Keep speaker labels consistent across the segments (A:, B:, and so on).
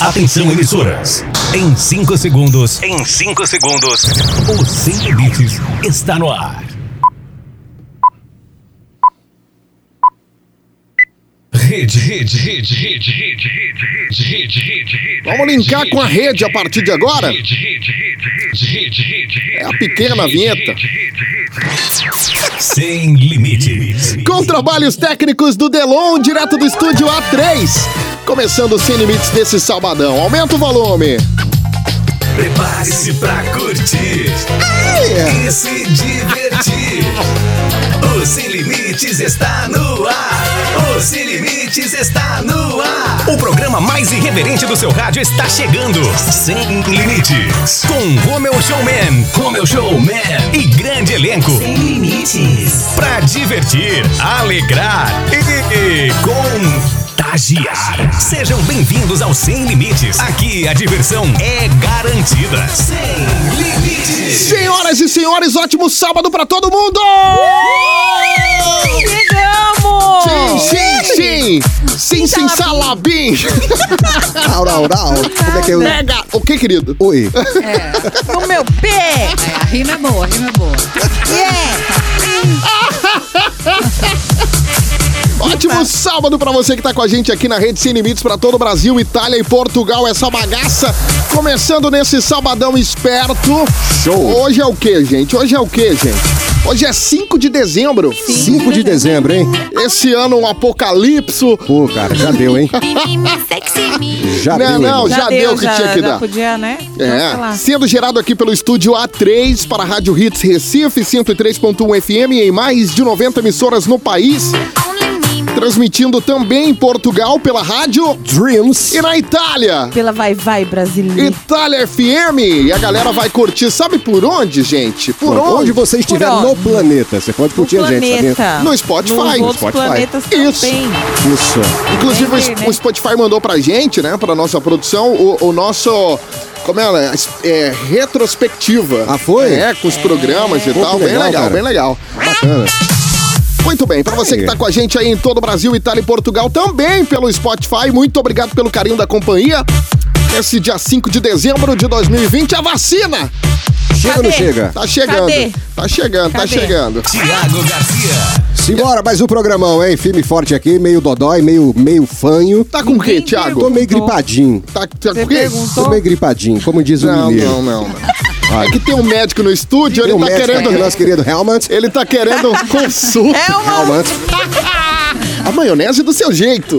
A: Atenção, emissoras. Em 5 segundos. Em 5 segundos. O Sem Limites está no ar. Rede, rede, rede, rede, rede, rede, rede, rede, rede, rede.
B: Vamos linkar com a rede a partir de agora?
A: Rede, rede, rede, rede, rede, rede, rede.
B: É a pequena vinheta.
A: Sem Limites.
B: Com trabalhos técnicos do Delon, direto do estúdio A3. Começando o Sem Limites desse sabadão. Aumenta o volume.
A: Prepare-se pra curtir e se divertir. O Sem Limites está no ar. O Sem Limites está no ar. O programa mais irreverente do seu rádio está chegando. Sem Limites. Com Romeu Showman. Romeu Showman. E grande elenco. Sem Limites. Pra divertir, alegrar e, e com Contagiar. Sejam bem-vindos ao Sem Limites. Aqui a diversão é garantida. Sem Limites.
B: Senhoras e senhores, ótimo sábado pra todo mundo! Sim,
C: Chegamos!
B: sim, sim! Sim, sim,
D: Então,
B: salabim!
D: Aura, aura, aura. Como é que é o.
B: Nega! O que, querido?
D: Oi.
C: No meu pé!
E: É, a rima é boa, a rima é boa.
B: Ótimo sábado pra você que tá com a gente aqui na Rede Sem Limites pra todo o Brasil, Itália e Portugal. Essa bagaça começando nesse sabadão esperto.
D: Show.
B: Hoje é o que, gente? Hoje é o que, gente? Hoje é 5 de dezembro.
D: 5 de dezembro, hein?
B: Esse ano um apocalipso.
D: Pô, cara, já deu, hein? Já
B: Não,
D: deu.
B: não,
D: hein?
B: Já deu o que tinha que
C: já
B: dar.
C: podia, né? Sei lá.
B: É, sendo gerado aqui pelo estúdio A3 para a Rádio Hits Recife, 103.1 FM e um em mais de 90 emissoras no país. Transmitindo também em Portugal pela rádio
D: Dreams.
B: e na Itália.
C: Pela Vai Vai Brasileira.
B: Itália FM. E a galera vai curtir, sabe por onde, gente? Por
D: Pronto,
B: onde?
D: onde você estiver
C: Por
D: no
C: onde?
D: planeta, você pode curtir a gente, sabia?
C: planeta.
B: No Spotify,
C: Nos
B: no
C: outros
D: Spotify.
C: planetas
B: Isso.
C: também.
D: Isso.
B: Inclusive,
C: Bem,
B: o Sp-
C: bem, né?
B: o Spotify mandou pra gente, né, pra nossa produção, o, o nosso. Como é, né? Es- é? Retrospectiva.
D: Ah, foi?
B: É, com os programas e
D: Pô,
B: tal.
D: que
B: Bem
D: legal,
B: legal,
D: cara.
B: bem legal.
D: Bacana.
B: Muito bem, pra você que tá com a gente aí em todo o Brasil, Itália e Portugal, também pelo Spotify, muito obrigado pelo carinho da companhia. Esse dia 5 de dezembro de 2020, a vacina
D: Chega ou não
C: Cadê?
D: chega?
B: tá chegando.
C: Cadê?
B: Tá chegando, tá
C: Cadê?
B: chegando.
A: Tiago Garcia.
D: Simbora, mais um programão, hein? Firme e forte aqui, meio dodói, meio, meio fanho.
B: Tá com o quê,
C: Ninguém
D: Tô
B: Thiago?
D: meio gripadinho.
B: Tá, tá
C: Você
B: com o quê?
C: perguntou?
D: Tô meio gripadinho, como diz o
B: Não,
D: mineiro.
B: não, não, não. É que tem um médico no estúdio, ele
D: Tem um
B: tá
D: médico
B: querendo.
D: aqui, nosso querido Helmut.
B: Ele tá querendo consulta.
C: É uma...
D: Helmut.
B: A maionese do seu jeito.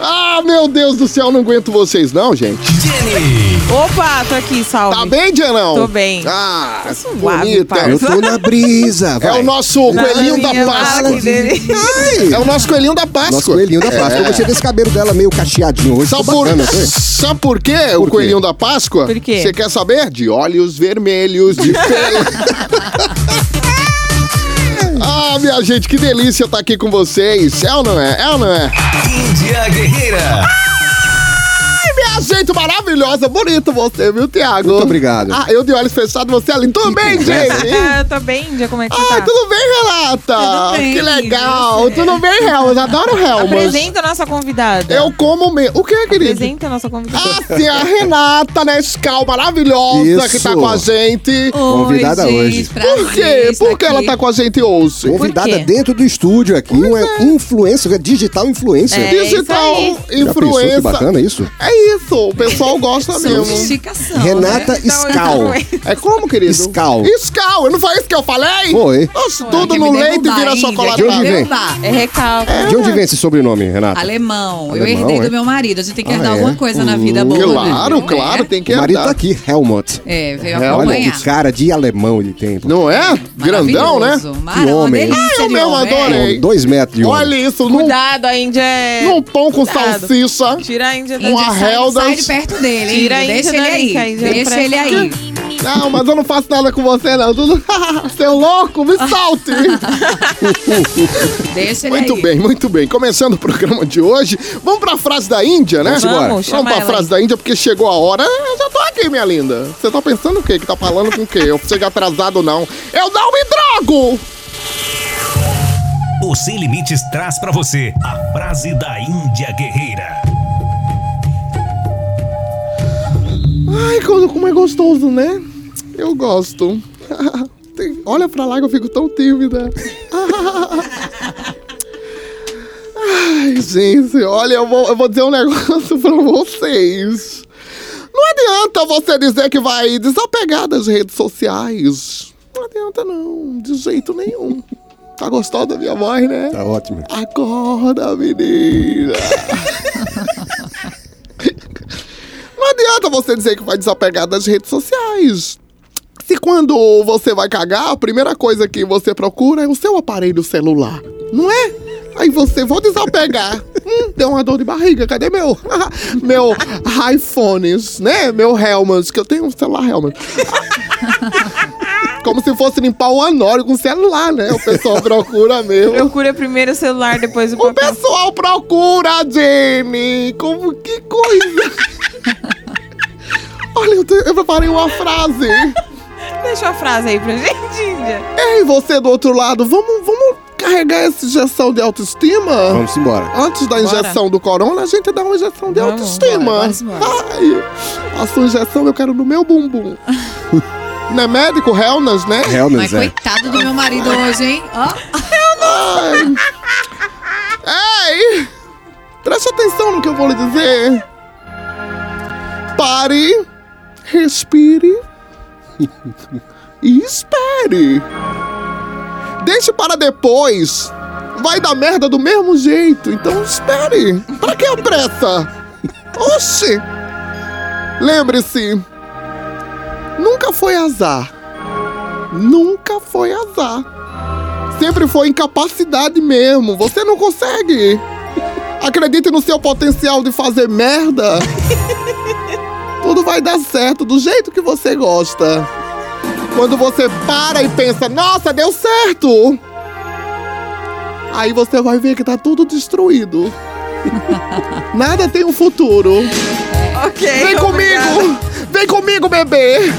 B: ah, meu Deus do céu, não aguento vocês não, gente.
A: Jenny.
C: Opa, tô aqui, salve.
B: Tá bem, Dianão?
C: Tô bem.
B: Ah,
C: Tá suave,
B: bonita.
C: pai.
D: Eu tô na brisa,
B: É
D: vai.
B: o tá nosso
C: Na
B: coelhinho da
C: minha
B: Páscoa.
C: mala dele.
D: Ai,
B: É o nosso coelhinho da Páscoa.
D: Nosso coelhinho da Páscoa. Eu gostei desse cabelo dela meio cacheadinho hoje.
B: Sabe
D: Tá
B: por,
D: bacana, foi?
B: sabe por quê o
D: quê?
B: coelhinho da Páscoa?
C: Por quê?
B: Você quer saber? De olhos vermelhos, de pele. ah, minha gente, que delícia estar aqui com vocês. É ou não é? É ou não é?
A: Índia Guerreira.
B: Minha gente maravilhosa, bonito você, viu, Tiago?
D: Muito obrigado.
B: Ah, eu de olhos fechados, você ali. Tudo bem, gente?
C: Ah, eu tô bem, Índia, como é que você
B: Ah,
C: tá?
B: tudo bem, Renata?
E: Tudo bem,
B: que legal.
E: e você?
B: Tudo bem, Helmas? Adoro Helmas.
C: Apresenta a nossa convidada.
B: Eu como mesmo. então, É O que, querido?
C: Apresenta a nossa convidada.
B: Ah, tem a Renata Nescau maravilhosa
D: Isso.
B: que tá com a gente.
D: Convidada
E: Oi,
D: hoje.
E: gente, Um prazer
B: Por quê?
E: estar
B: Por que ela
E: aqui.
B: tá com a gente hoje?
D: Convidada
C: quê?
D: dentro do estúdio aqui, uma influencer, uma digital influencer.
E: É. isso
B: Digital
D: Já
E: aí.
D: pensou que
B: influenza.
D: bacana isso?
B: É isso, o pessoal gosta mesmo.
E: Sofisticação.
D: Renata
E: né?
D: Scal.
B: É como, querido?
D: Scal.
B: Scal, eu não foi isso que eu falei?
D: Foi.
B: Nossa,
E: Olha,
B: tudo
E: quer
B: no
E: me um
B: leite
E: derrubar,
B: vira
E: hein,
B: chocolate.
D: De onde
E: Quer me
D: vem?
E: derrubar.
C: É recalque.
D: De onde vem esse sobrenome,
B: Ah,
D: Renata?
E: É Alemão. Eu
D: Alemão,
E: herdei
D: é?
E: do meu marido. A gente tem que
D: Ah,
E: herdar
D: é?
E: alguma coisa na vida
D: Hum,
E: boa. né?
B: Claro,
E: É.
B: claro, tem que
D: o marido tá
B: herdar.
D: aqui, Helmut.
E: É, veio
B: É,
D: Olha
E: acompanhar.
D: que cara de alemão ele tem. pô.
B: Não é? Grandão, né?
E: Maravilhoso. Mara,
D: Que
E: uma
D: homem.
E: delícia
B: Ah, eu
E: de
B: mesmo
E: homem.
B: adoro.
D: Com dois metros de homem.
B: Olha isso, num,
C: Cuidado, a Índia é...
B: num pão com
C: Cuidado.
B: salsicha.
C: Tira a Índia da
B: Um
C: Índia.
B: arré-
E: Sai, sai
B: Heldas.
E: de perto dele, hein?
C: Tira a
E: Deixa
C: Índia
E: ele
C: da Índia,
E: aí.
C: a Índia
E: Deixa
C: parece
E: ele aí.
B: Não, mas eu não faço nada com você, não. Tudo- Seu louco, me solte.
E: Deixa ele
B: Muito
E: aí.
B: bem, muito bem. Começando o programa de hoje, vamos pra frase da Índia, né?
C: Vamos, Vamos chama
B: pra
C: ela
B: frase
C: aí.
B: da Índia, porque chegou a hora. Eu já tô aqui, minha linda. Você tá pensando o quê? Que tá falando com o quê? Eu chego atrasado ou não? Eu não me drogo!
A: O Sem Limites traz pra você a frase da Índia Guerreira.
B: Ai, como, como é gostoso, né? Eu gosto. Tem- Olha pra lá que eu fico tão tímida. Ai, gente, olha, eu vou, eu vou dizer um negócio pra vocês. Não adianta você dizer que vai desapegar das redes sociais. Não adianta, não, de jeito nenhum. Tá gostosa da minha voz, né?
D: Tá ótimo.
B: Acorda, menina! Não adianta você dizer que vai desapegar das redes sociais. Se quando você vai cagar, a primeira coisa que você procura é o seu aparelho celular, não é? Aí você, vou desapegar. Hum, deu uma dor de barriga, cadê meu? meu iPhones, né? Meu Helmut, que eu tenho um celular Helmut. Como se fosse limpar o anório com o celular, né? O pessoal procura mesmo.
C: Procura primeiro o celular, depois o
B: O
C: papel.
B: pessoal procura, Jenny! Como que coisa! Olha, eu, te- eu preparei uma frase.
C: Deixa a frase aí pra gente, Índia.
B: Ei, você do outro lado, vamos, vamos carregar essa injeção de autoestima?
D: Vamos embora.
B: Antes da injeção do corona, a gente dá uma injeção de
C: Vamos,
B: autoestima.
C: bora, bora,
B: Ai, a sua injeção eu quero no meu bumbum. Não é médico, Helnas, né?
D: Helmets,
E: Mas
D: é.
E: coitado do meu marido hoje, hein? Ó,
B: Ei! Preste atenção no que eu vou lhe dizer. Pare, respire e espere. Deixe para depois. Vai dar merda do mesmo jeito, então espere. Pra que a pressa? Oxi! Lembre-se, nunca foi azar. Nunca foi azar sempre foi incapacidade mesmo. Você não consegue. Acredite no seu potencial de fazer merda. Tudo vai dar certo do jeito que você gosta. Quando você para e pensa, nossa, deu certo! Aí você vai ver que tá tudo destruído. Nada tem um futuro.
C: Ok.
B: Vem
C: obrigada.
B: comigo! Vem comigo, bebê!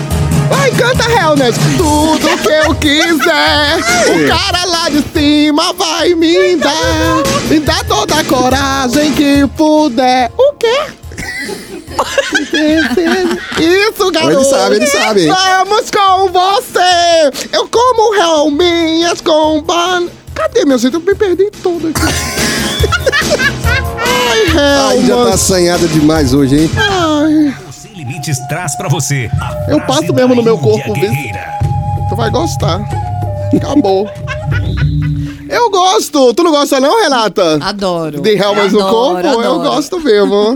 B: Vai, canta Helnet! Tudo que eu quiser, o cara lá de cima vai me dar. Me dá toda a coragem que puder. O quê? Isso, garoto!
D: sabe, ele sabe.
B: Vamos com você! Eu como realminhas com ban... Cadê, meu gente? Eu me perdi todo aqui. Ai,
D: Ai, já tá
B: Helmans!
D: assanhada demais hoje, hein?
B: Ai...
A: O Sem Limites traz pra você. a
B: Eu
A: frase da
B: passo mesmo no meu
A: Índia
B: corpo, vê se-
A: Guerreira.
B: Tu vai gostar. Acabou. Eu gosto. Tu não gosta não, Renata?
E: adoro.
B: De Helmas no
E: Adoro,
B: corpo? Eu
E: adoro.
B: gosto mesmo.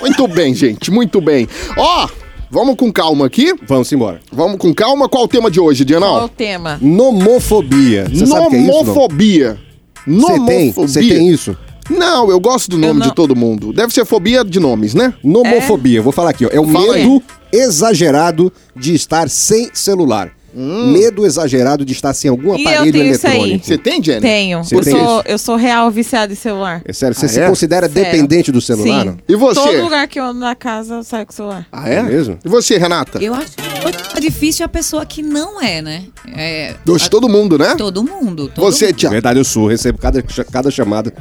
B: muito bem, gente. Muito bem. Ó, vamos com calma aqui.
D: Vamos embora.
B: Vamos com calma. Qual o tema de hoje,
C: Qual é o
B: Dianão?
C: tema?
D: Nomofobia. Você sabe o que é isso? não?
B: Nomofobia.
D: Você tem?
B: Nomofobia.
D: Você tem isso?
B: Não, eu gosto do nome
C: não-
B: de todo mundo. Deve ser fobia de nomes, né?
D: Nomofobia, vou falar aqui, ó. É o
B: Fala aí.
D: medo exagerado de estar sem celular.
B: Hum.
D: Medo exagerado de estar sem algum
C: E eu
D: aparelho
C: tenho isso aí.
D: eletrônico.
B: Você tem, Jenny?
C: Tenho.
D: Você
C: Eu
D: tem
C: sou, eu sou real viciada em celular.
D: É sério, você
B: Ah,
D: se
B: é?
D: considera
C: Sério.
D: dependente do celular?
C: Sim.
D: não?
B: E você?
C: Todo lugar que eu ando na casa, eu saio com o celular.
B: Ah, é?
D: É mesmo?
B: E você, Renata?
E: Eu acho que é difícil a pessoa que não é, né? É,
B: Doce todo mundo, né?
E: todo mundo. todo
B: Você,
D: Na
B: Tiago?
D: verdade, eu sou, recebo cada, cada chamada.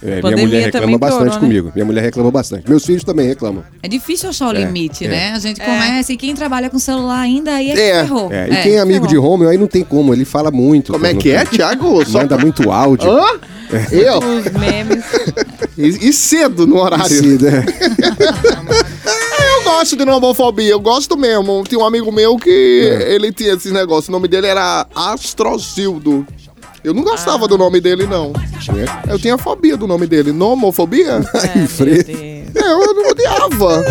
D: É, minha
C: Pandemia
D: mulher reclama
C: também piorou,
D: bastante
C: né?
D: comigo. Minha mulher reclama bastante. Meus filhos também reclamam.
E: É difícil achar o
D: É,
E: limite,
D: é.
E: né? A gente começa e quem trabalha com celular ainda aí é, que
B: É,
E: ferrou.
D: É, e quem é amigo de Romeu aí não tem como, ele fala muito.
B: Como é
D: quando
B: que é,
D: tem-
B: Thiago? Só-
D: Manda muito É. áudio.
B: Hã? Eu?
C: Os memes.
B: E, e cedo no horário. Ah,
D: Sim, né?
B: Eu gosto de nomofobia, eu gosto mesmo. Tinha um amigo meu que
D: É.
B: ele tinha esses negócios. O nome dele era Astrozildo. Eu não gostava do nome dele, não. Eu tinha fobia do nome dele. Nomofobia?
D: Ai, Fred.
B: eu, eu não odiava.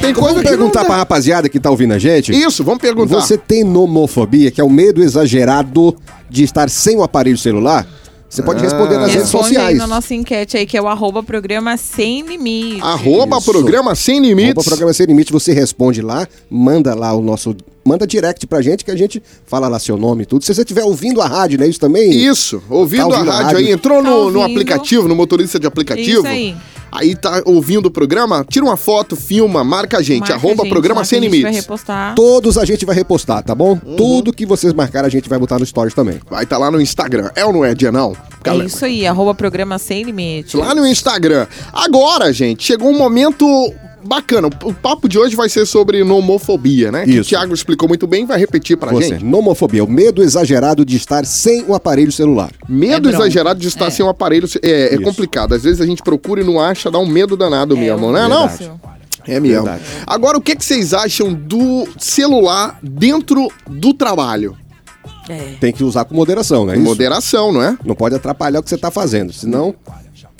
B: Tem coisa
D: É. Então Vamos
B: que não
D: perguntar
B: dá.
D: pra rapaziada que tá ouvindo a gente.
B: Isso, vamos perguntar.
D: Você tem nomofobia, que é o medo exagerado de estar sem o aparelho celular? Você
B: Ah.
D: pode responder nas redes
C: Responde aí
D: sociais.
C: na nossa enquete aí, que é o arroba programa sem limite.
B: Arroba
D: Isso.
B: programa sem
D: Arroba
B: limites.
D: programa Sem Limite, você responde lá, manda lá o nosso. Manda direct pra gente que a gente fala lá seu nome e tudo. Se você estiver ouvindo a rádio, não é isso também?
B: Isso, ouvindo,
D: Tá ouvindo
B: a
D: a
B: rádio,
D: rádio?
B: aí, entrou
C: Tá
B: no, no
C: ouvindo.
B: aplicativo, no motorista de aplicativo.
C: Isso aí.
B: Aí tá ouvindo o programa, tira uma foto, filma, marca a gente,
C: Marca a
B: arroba
C: gente
B: programa
C: lá que
B: sem
C: a gente Vai
B: limites.
C: repostar.
D: Todos a gente vai repostar, tá bom?
B: Uhum.
D: Tudo que vocês marcaram, a gente vai botar no stories também.
B: Vai tá lá no Instagram, é ou não é, Dia não?
C: É isso aí, arroba programa sem limite.
B: Lá no Instagram. Agora, gente, chegou um momento Bacana, o papo de hoje vai ser sobre nomofobia, né? Que o
D: Isso.
B: Thiago explicou muito bem, vai repetir pra
D: Você,
B: gente.
D: nomofobia, o medo exagerado de estar sem o aparelho celular.
B: Medo
E: É bronca.
B: exagerado de estar
E: É.
B: sem um aparelho é, é
D: Isso.
B: complicado. Às vezes a gente procura e não acha, dá um medo
C: É,
B: danado mesmo,
C: um
B: né? Não,
D: Verdade.
B: É mesmo.
D: Verdade.
B: Agora, o que, que vocês acham do celular dentro do trabalho?
C: É.
D: Tem que usar com moderação, né?
B: Com Moderação, não é?
D: Não pode atrapalhar o que você está fazendo, senão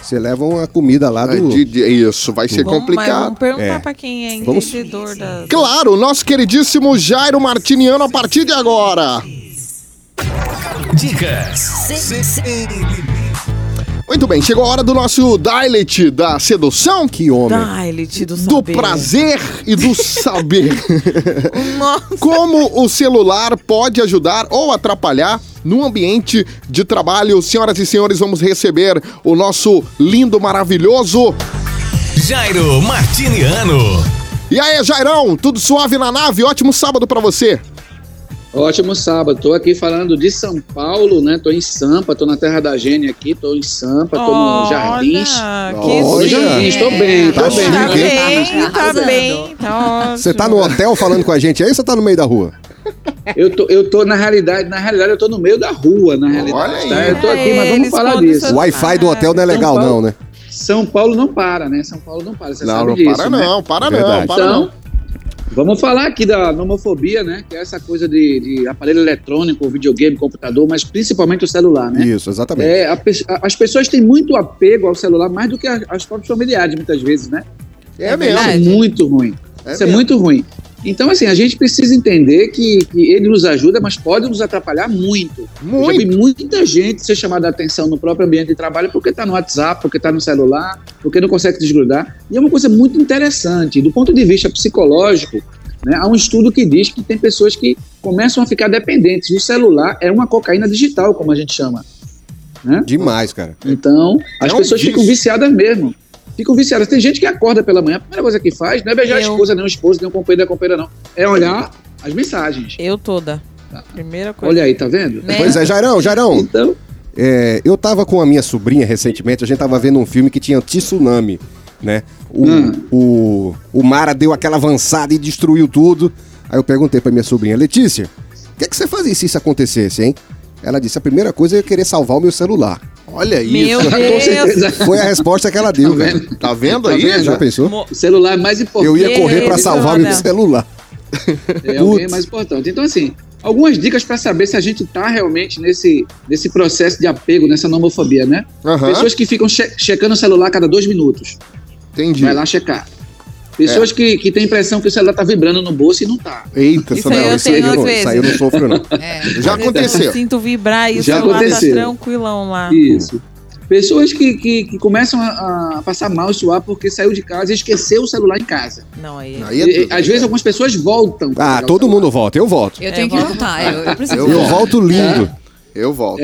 D: você leva uma comida lá do...
B: É, de- de- isso, vai ser
C: Vamos, um mas
B: complicado.
C: vamos perguntar
D: É.
C: pra quem é
D: Vamos-
C: entendedor da.
B: Claro, nosso queridíssimo Jairo Martiniano a partir de agora.
A: Dicas sem limite.
B: Muito bem, chegou a hora do nosso Dilate da sedução, que homem.
C: Dilate do
B: Do
C: saber.
B: prazer e do saber.
C: Nossa.
B: Como o celular pode ajudar ou atrapalhar no ambiente de trabalho? Senhoras e senhores, vamos receber o nosso lindo, maravilhoso.
A: Jairo Martiniano.
B: E aí, Jairão, tudo suave na nave? Ótimo sábado pra você.
F: Ótimo sábado. Tô aqui falando de São Paulo, né? Tô em Sampa, tô na terra da Gênia aqui, tô em Sampa, tô no Jardins.
C: Olha,
B: Olha,
C: que
F: Jardins, tô bem, tô
D: Tá
F: bem.
C: Tá
D: chique,
F: né?
C: bem, tá
E: Arrasando.
C: bem, tá ótimo.
D: Você tá no hotel falando com a gente aí ou você tá no meio da rua?
F: Eu tô, eu tô na realidade, na realidade eu tô no meio da rua, na realidade.
B: Olha
F: tá?
B: aí.
F: Eu tô aqui, mas vamos
C: Eles
F: falar
C: contam
F: disso.
D: O Wi-Fi do hotel não é legal
F: São
D: não,
F: Paulo?
D: né?
F: São Paulo não para, né? São Paulo não para, você
B: Não,
F: sabe
B: não
F: disso,
B: para
F: né?
B: não, para não,
D: Verdade.
B: para não.
F: Então, vamos falar aqui da nomofobia, né? Que é essa coisa de, de aparelho eletrônico, videogame, computador, mas principalmente o celular, né?
D: Isso, exatamente.
F: É, a pe- a- as pessoas têm muito apego ao celular, mais do que a- aos próprios familiares, muitas vezes, né?
B: É
F: Isso
B: mesmo.
E: verdade.
F: é muito ruim.
B: É
F: isso é
B: mesmo.
F: muito ruim. Então, assim, a gente precisa entender que, que ele nos ajuda, mas pode nos atrapalhar muito. Eu já
B: Muito.
F: vi muita gente ser chamada a atenção no próprio ambiente de trabalho porque está no WhatsApp, porque está no celular, porque não consegue desgrudar. E é uma coisa muito interessante. Do ponto de vista psicológico, né, há um estudo que diz que tem pessoas que começam a ficar dependentes. O celular é uma cocaína digital, como a gente chama.
D: Demais, cara.
F: Então, as
D: É
B: Não
D: um
F: pessoas
B: diz.
F: ficam viciadas mesmo. Ficam viciadas. Tem gente que acorda pela manhã, a primeira coisa que faz não é beijar
C: Eu.
F: a esposa, nem o esposo, nem o companheiro, nem a companheira, não. É olhar as mensagens.
C: Eu toda. Primeira coisa.
F: Olha aí, tá vendo?
C: Né?
D: Pois é, Jairão, Jairão.
F: Então,
D: É, eu tava com a minha sobrinha recentemente, a gente tava vendo um filme que tinha tsunami, né? O,
F: Hum.
D: o, o Mara deu aquela avançada e destruiu tudo. Aí eu perguntei pra minha sobrinha, Letícia, o que, é que você fazia se isso acontecesse, hein? Ela disse, a primeira coisa é eu querer salvar o meu celular.
B: Olha isso.
C: Meu
F: com
C: Deus.
F: certeza.
D: Foi a resposta que ela deu, cara.
B: Tá vendo
F: Tá
B: aí?
F: vendo?
D: Já
B: Já-
D: pensou?
F: O celular é mais importante.
D: Eu ia correr pra
C: Eles
D: salvar
C: olham.
D: meu celular.
F: É alguém
D: Putz.
F: mais importante. Então, assim, algumas dicas para saber se a gente tá realmente nesse, nesse processo de apego, nessa nomofobia, né?
B: Aham,
F: Pessoas que ficam che- checando o celular a cada dois minutos.
B: entendi.
F: Vai lá checar. Pessoas
D: É.
F: que, que têm a impressão que o celular tá vibrando no bolso e não tá.
B: Eita,
C: Isso
B: essa
C: aí
B: não,
C: eu
B: isso
C: tenho
D: eu
C: às
D: não, é
C: vezes.
D: isso aí eu não sofro, não.
E: É.
B: Já aconteceu.
C: Eu sinto vibrar e o
F: Já
C: celular
F: aconteceu.
C: tá tranquilão lá.
F: Isso. Pessoas que, que, que começam a, a passar mal e suar porque saiu de casa e esqueceu o celular em casa.
C: Não, aí.
B: Aí é
F: E-
B: tudo.
F: às vezes algumas pessoas voltam. pra
D: Ah,
F: pegar o
D: todo
F: celular.
D: mundo volta, eu volto.
E: Eu tenho
C: É,
E: que
C: volta.
E: voltar. Eu, eu preciso.
D: Eu volto É. lindo. É.
B: Eu volto.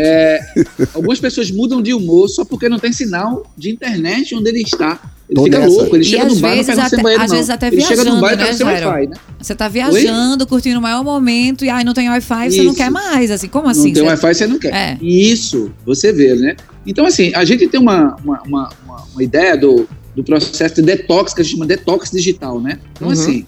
F: Algumas pessoas mudam de humor só porque não tem sinal de internet onde ele está. Ele
D: Tô
F: fica
D: nessa.
F: louco, ele
E: E
F: chega
E: às
F: no bar e não
E: vezes
F: pega no
E: até-
F: seu banheiro,
E: às
F: não.
E: vezes até
F: ele chega no
E: viajando,
F: bar e pega
E: né,
F: no seu
E: Jairo?
F: Wi-Fi, né?
E: Você tá viajando, curtindo o maior momento, e aí não tem Wi-Fi, você não
F: Isso.
E: quer mais. Assim, como assim?
F: não tem
E: Você-
F: Wi-Fi, você não quer.
E: É.
F: Isso, você vê, né? Então, assim, a gente tem uma, uma, uma, uma- uma ideia do, do processo de detox, que a gente chama detox digital, né? Então,
B: Uhum.
F: assim,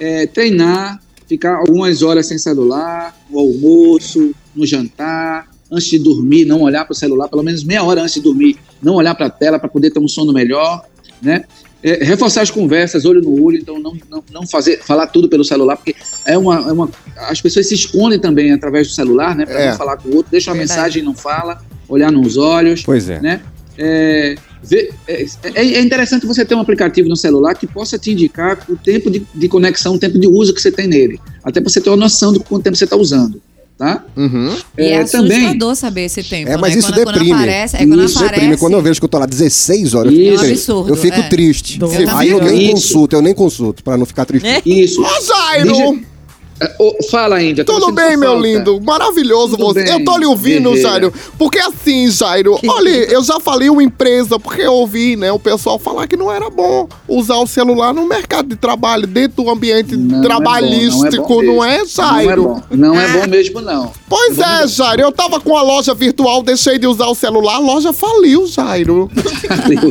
F: é, treinar, ficar algumas horas sem celular, no almoço, no jantar, antes de dormir, não olhar para o celular, pelo menos meia hora antes de dormir, não olhar para a tela para poder ter um sono melhor, né? É, reforçar as conversas, olho no olho, então não, não, não fazer, falar tudo pelo celular, porque é uma, é uma. As pessoas se escondem também através do celular, né? Para
B: É.
F: não falar com o outro, deixa uma
C: Verdade.
F: mensagem e não fala, olhar nos olhos.
D: Pois é.
F: É, ver- é, é- é interessante você ter um aplicativo no celular que possa te indicar o tempo de, de conexão, o tempo de uso que você tem nele. Até pra você ter uma noção do quanto tempo você está usando. Tá?
B: Uhum.
E: E é,
F: É,
E: assustador saber esse tempo.
D: É, mas
E: né?
D: isso
E: quando,
D: deprime.
E: Quando aparece, é quando
D: isso
E: aparece.
D: deprime. Quando eu vejo que eu tô lá 16 horas,
F: Isso.
D: eu
F: É um
D: fico triste.
E: absurdo,
D: Eu fico
E: é.
D: triste.
C: Você
D: Aí eu
C: fica?
D: nem
F: Isso.
D: consulto, eu nem consulto, pra não ficar triste.
C: Né?
F: Isso.
B: Ô, Jairo!
F: Digi- É, ô, fala ainda. tô
B: Tudo
F: sentindo
B: bem,
F: sua
B: meu
F: falta.
B: lindo? Maravilhoso
F: Tudo
B: você.
F: bem,
B: eu tô lhe ouvindo,
F: guerreira.
B: Jairo. Porque assim, Jairo, olha, eu já falei uma empresa, porque eu ouvi, né, o pessoal falar que não era bom usar o celular no mercado de trabalho, dentro do ambiente
F: Não é bom,
B: trabalhístico, não é, Jairo?
F: Não é bom, não
E: Ah.
F: é bom mesmo, não.
B: Pois é, Jairo, eu tava com a loja virtual, deixei de usar o celular, a loja faliu, Jairo.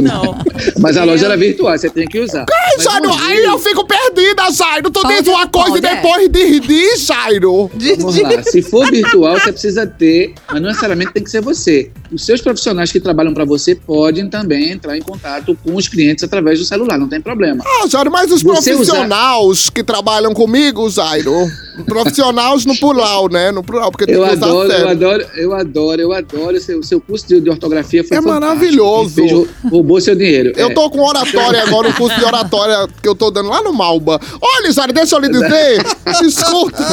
C: Não.
F: Mas é a loja era virtual, é você tem que usar.
B: Jairo,
F: Mas,
B: aí eu fico perdida, Jairo. Tu
E: Pode,
B: diz uma coisa e
E: pode, é.
B: depois de diz, Jairo.
F: Vamos lá. Se for virtual, você precisa ter, mas não necessariamente tem que ser você. Os seus profissionais que trabalham para você podem também entrar em contato com os clientes através do celular, não tem problema.
B: Ah, Jairo, mas os
F: Você usar-
B: profissionais que trabalham comigo, Jairo. Profissionais no plural, né? No plural, porque tem
F: Eu
B: que usar
F: adoro, eu
B: certo.
F: adoro, eu adoro, eu adoro. O seu, seu curso de, de ortografia foi
B: É
F: fantástico.
B: maravilhoso.
F: Quem fez rou- roubou seu dinheiro.
B: Eu
F: É.
B: tô com oratória agora, o curso de oratória que eu tô dando lá no Malba. Olha, Jairo, deixa eu lhe dizer. Escuta.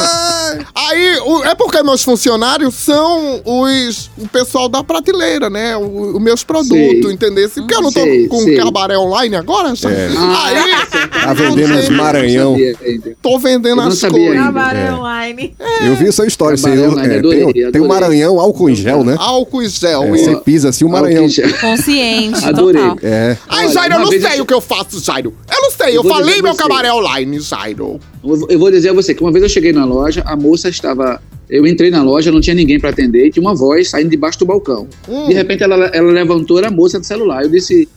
B: Aí, o- é porque meus funcionários são os, o pessoal da prateleira, né? O- Os meus produtos,
F: Sei.
B: entendeu? Porque eu não tô
F: Sei,
B: com
F: sei.
B: cabaré online
F: É.
B: agora, sabe?
F: Ah.
B: Aí,
D: Tá vendendo
B: Eu
D: os
B: sei.
D: Maranhão.
F: Eu não sabia ainda.
B: tô vendendo
F: Eu não
B: as
F: sabia
B: coisas.
F: ainda.
C: Trabalho online.
D: Eu vi essa história. Assim,
F: Maranhão,
D: eu,
F: né?
D: é,
F: Adorei,
D: tem, o- tem o
F: adorei.
D: Maranhão álcool em gel, né?
B: Álcool e gel.
D: É,
B: e-
D: você pisa assim o Maranhão.
F: Alguém já-
C: Consciente,
F: Adorei.
C: total.
D: É.
B: Ai,
F: Olha,
B: Jairo, eu
F: uma
B: não sei
F: vez eu-
B: o que eu faço, Jairo. Eu não sei, eu,
F: Eu vou
B: falei
F: dizer
B: meu
F: você.
B: cabaré online, Jairo.
F: Eu vou- eu vou dizer a você que uma vez eu cheguei na loja, a moça estava. Eu entrei na loja, não tinha ninguém para atender, e tinha uma voz saindo debaixo do balcão.
B: Hum.
F: De repente ela, ela levantou, era a moça do celular. Eu disse.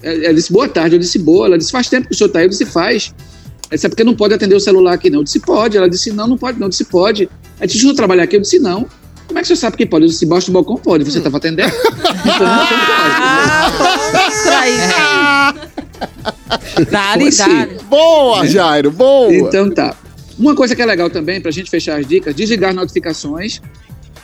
F: Ela ela disse, boa tarde. Eu disse, boa. Ela disse, faz tempo que o senhor tá aí. Eu disse, faz. Ela disse, é porque não pode atender o celular aqui, não. Eu disse, pode. Ela disse, não, não pode, não. Eu disse, pode. Ela disse, deixa eu trabalhar aqui. Eu disse, não. Como é que o senhor sabe que pode? Eu disse, debaixo do balcão pode. Você estava atendendo? Então, Informação básica.
C: Ah, aí.
F: Como
C: Dale,
F: assim?
C: dale.
B: Boa, Jairo, boa.
F: Então tá. Uma coisa que é legal também, pra gente fechar as dicas, desligar as notificações,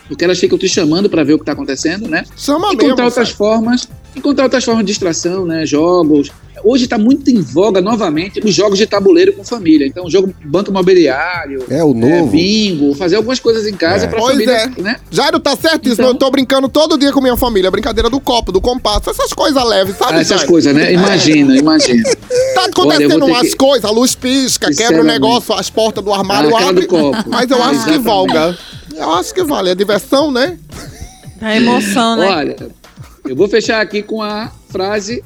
F: porque elas ficam te chamando pra ver o que tá acontecendo, né?
B: Chama mesmo.
F: Encontrar outras
B: Jairo.
F: formas, encontrar outras formas de distração, né? Jogos. Hoje tá muito em voga novamente os jogos de tabuleiro com família. Então, jogo banco imobiliário,
D: É o
F: é,
D: novo.
F: bingo, fazer algumas coisas em casa
D: É.
F: pra
B: Pois
F: família, né?
B: Jairo, tá certo isso?
F: Então-
B: Eu tô brincando todo dia com minha família. Brincadeira do copo, do compasso, essas coisas leves, sabe,
F: Ah, essas
B: Jairo?
F: coisas, né? Imagina, imagina.
B: Tá
F: Olha, eu
B: acontecendo
F: vou ter
B: umas
F: que-
B: coisas, a luz pisca,
D: é
B: quebra o
F: Sinceramente.
B: negócio, as portas do armário
F: Ah, aquela
B: abrem.
F: do copo.
B: Mas eu acho que
F: Exatamente.
B: valga. Eu acho que vale. É diversão, né?
C: Dá emoção, né?
F: Olha, eu vou fechar aqui com a frase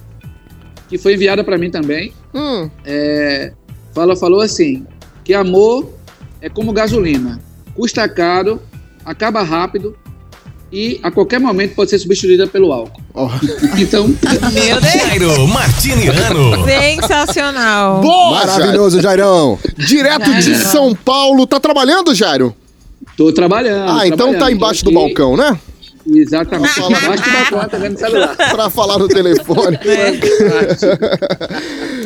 F: que foi enviada pra mim também. É,
B: Hum.
F: Fala falou assim: que amor é como gasolina, custa caro, acaba rápido e a qualquer momento pode ser substituída pelo álcool.
B: Ó.
F: Então,
C: Meu Deus.
A: Jairo Martiniano.
C: Sensacional.
B: Boa, Jairo.
D: Maravilhoso, Jairão.
B: Direto de
C: Jairo.
B: São Paulo. Tá trabalhando, Jairo?
F: tô trabalhando.
B: Ah, então
F: trabalhando.
B: tá embaixo
F: Tô
B: do
F: aqui,
B: balcão, né?
F: Exatamente. embaixo do balcão, tá vendo o celular.
B: Pra falar no telefone.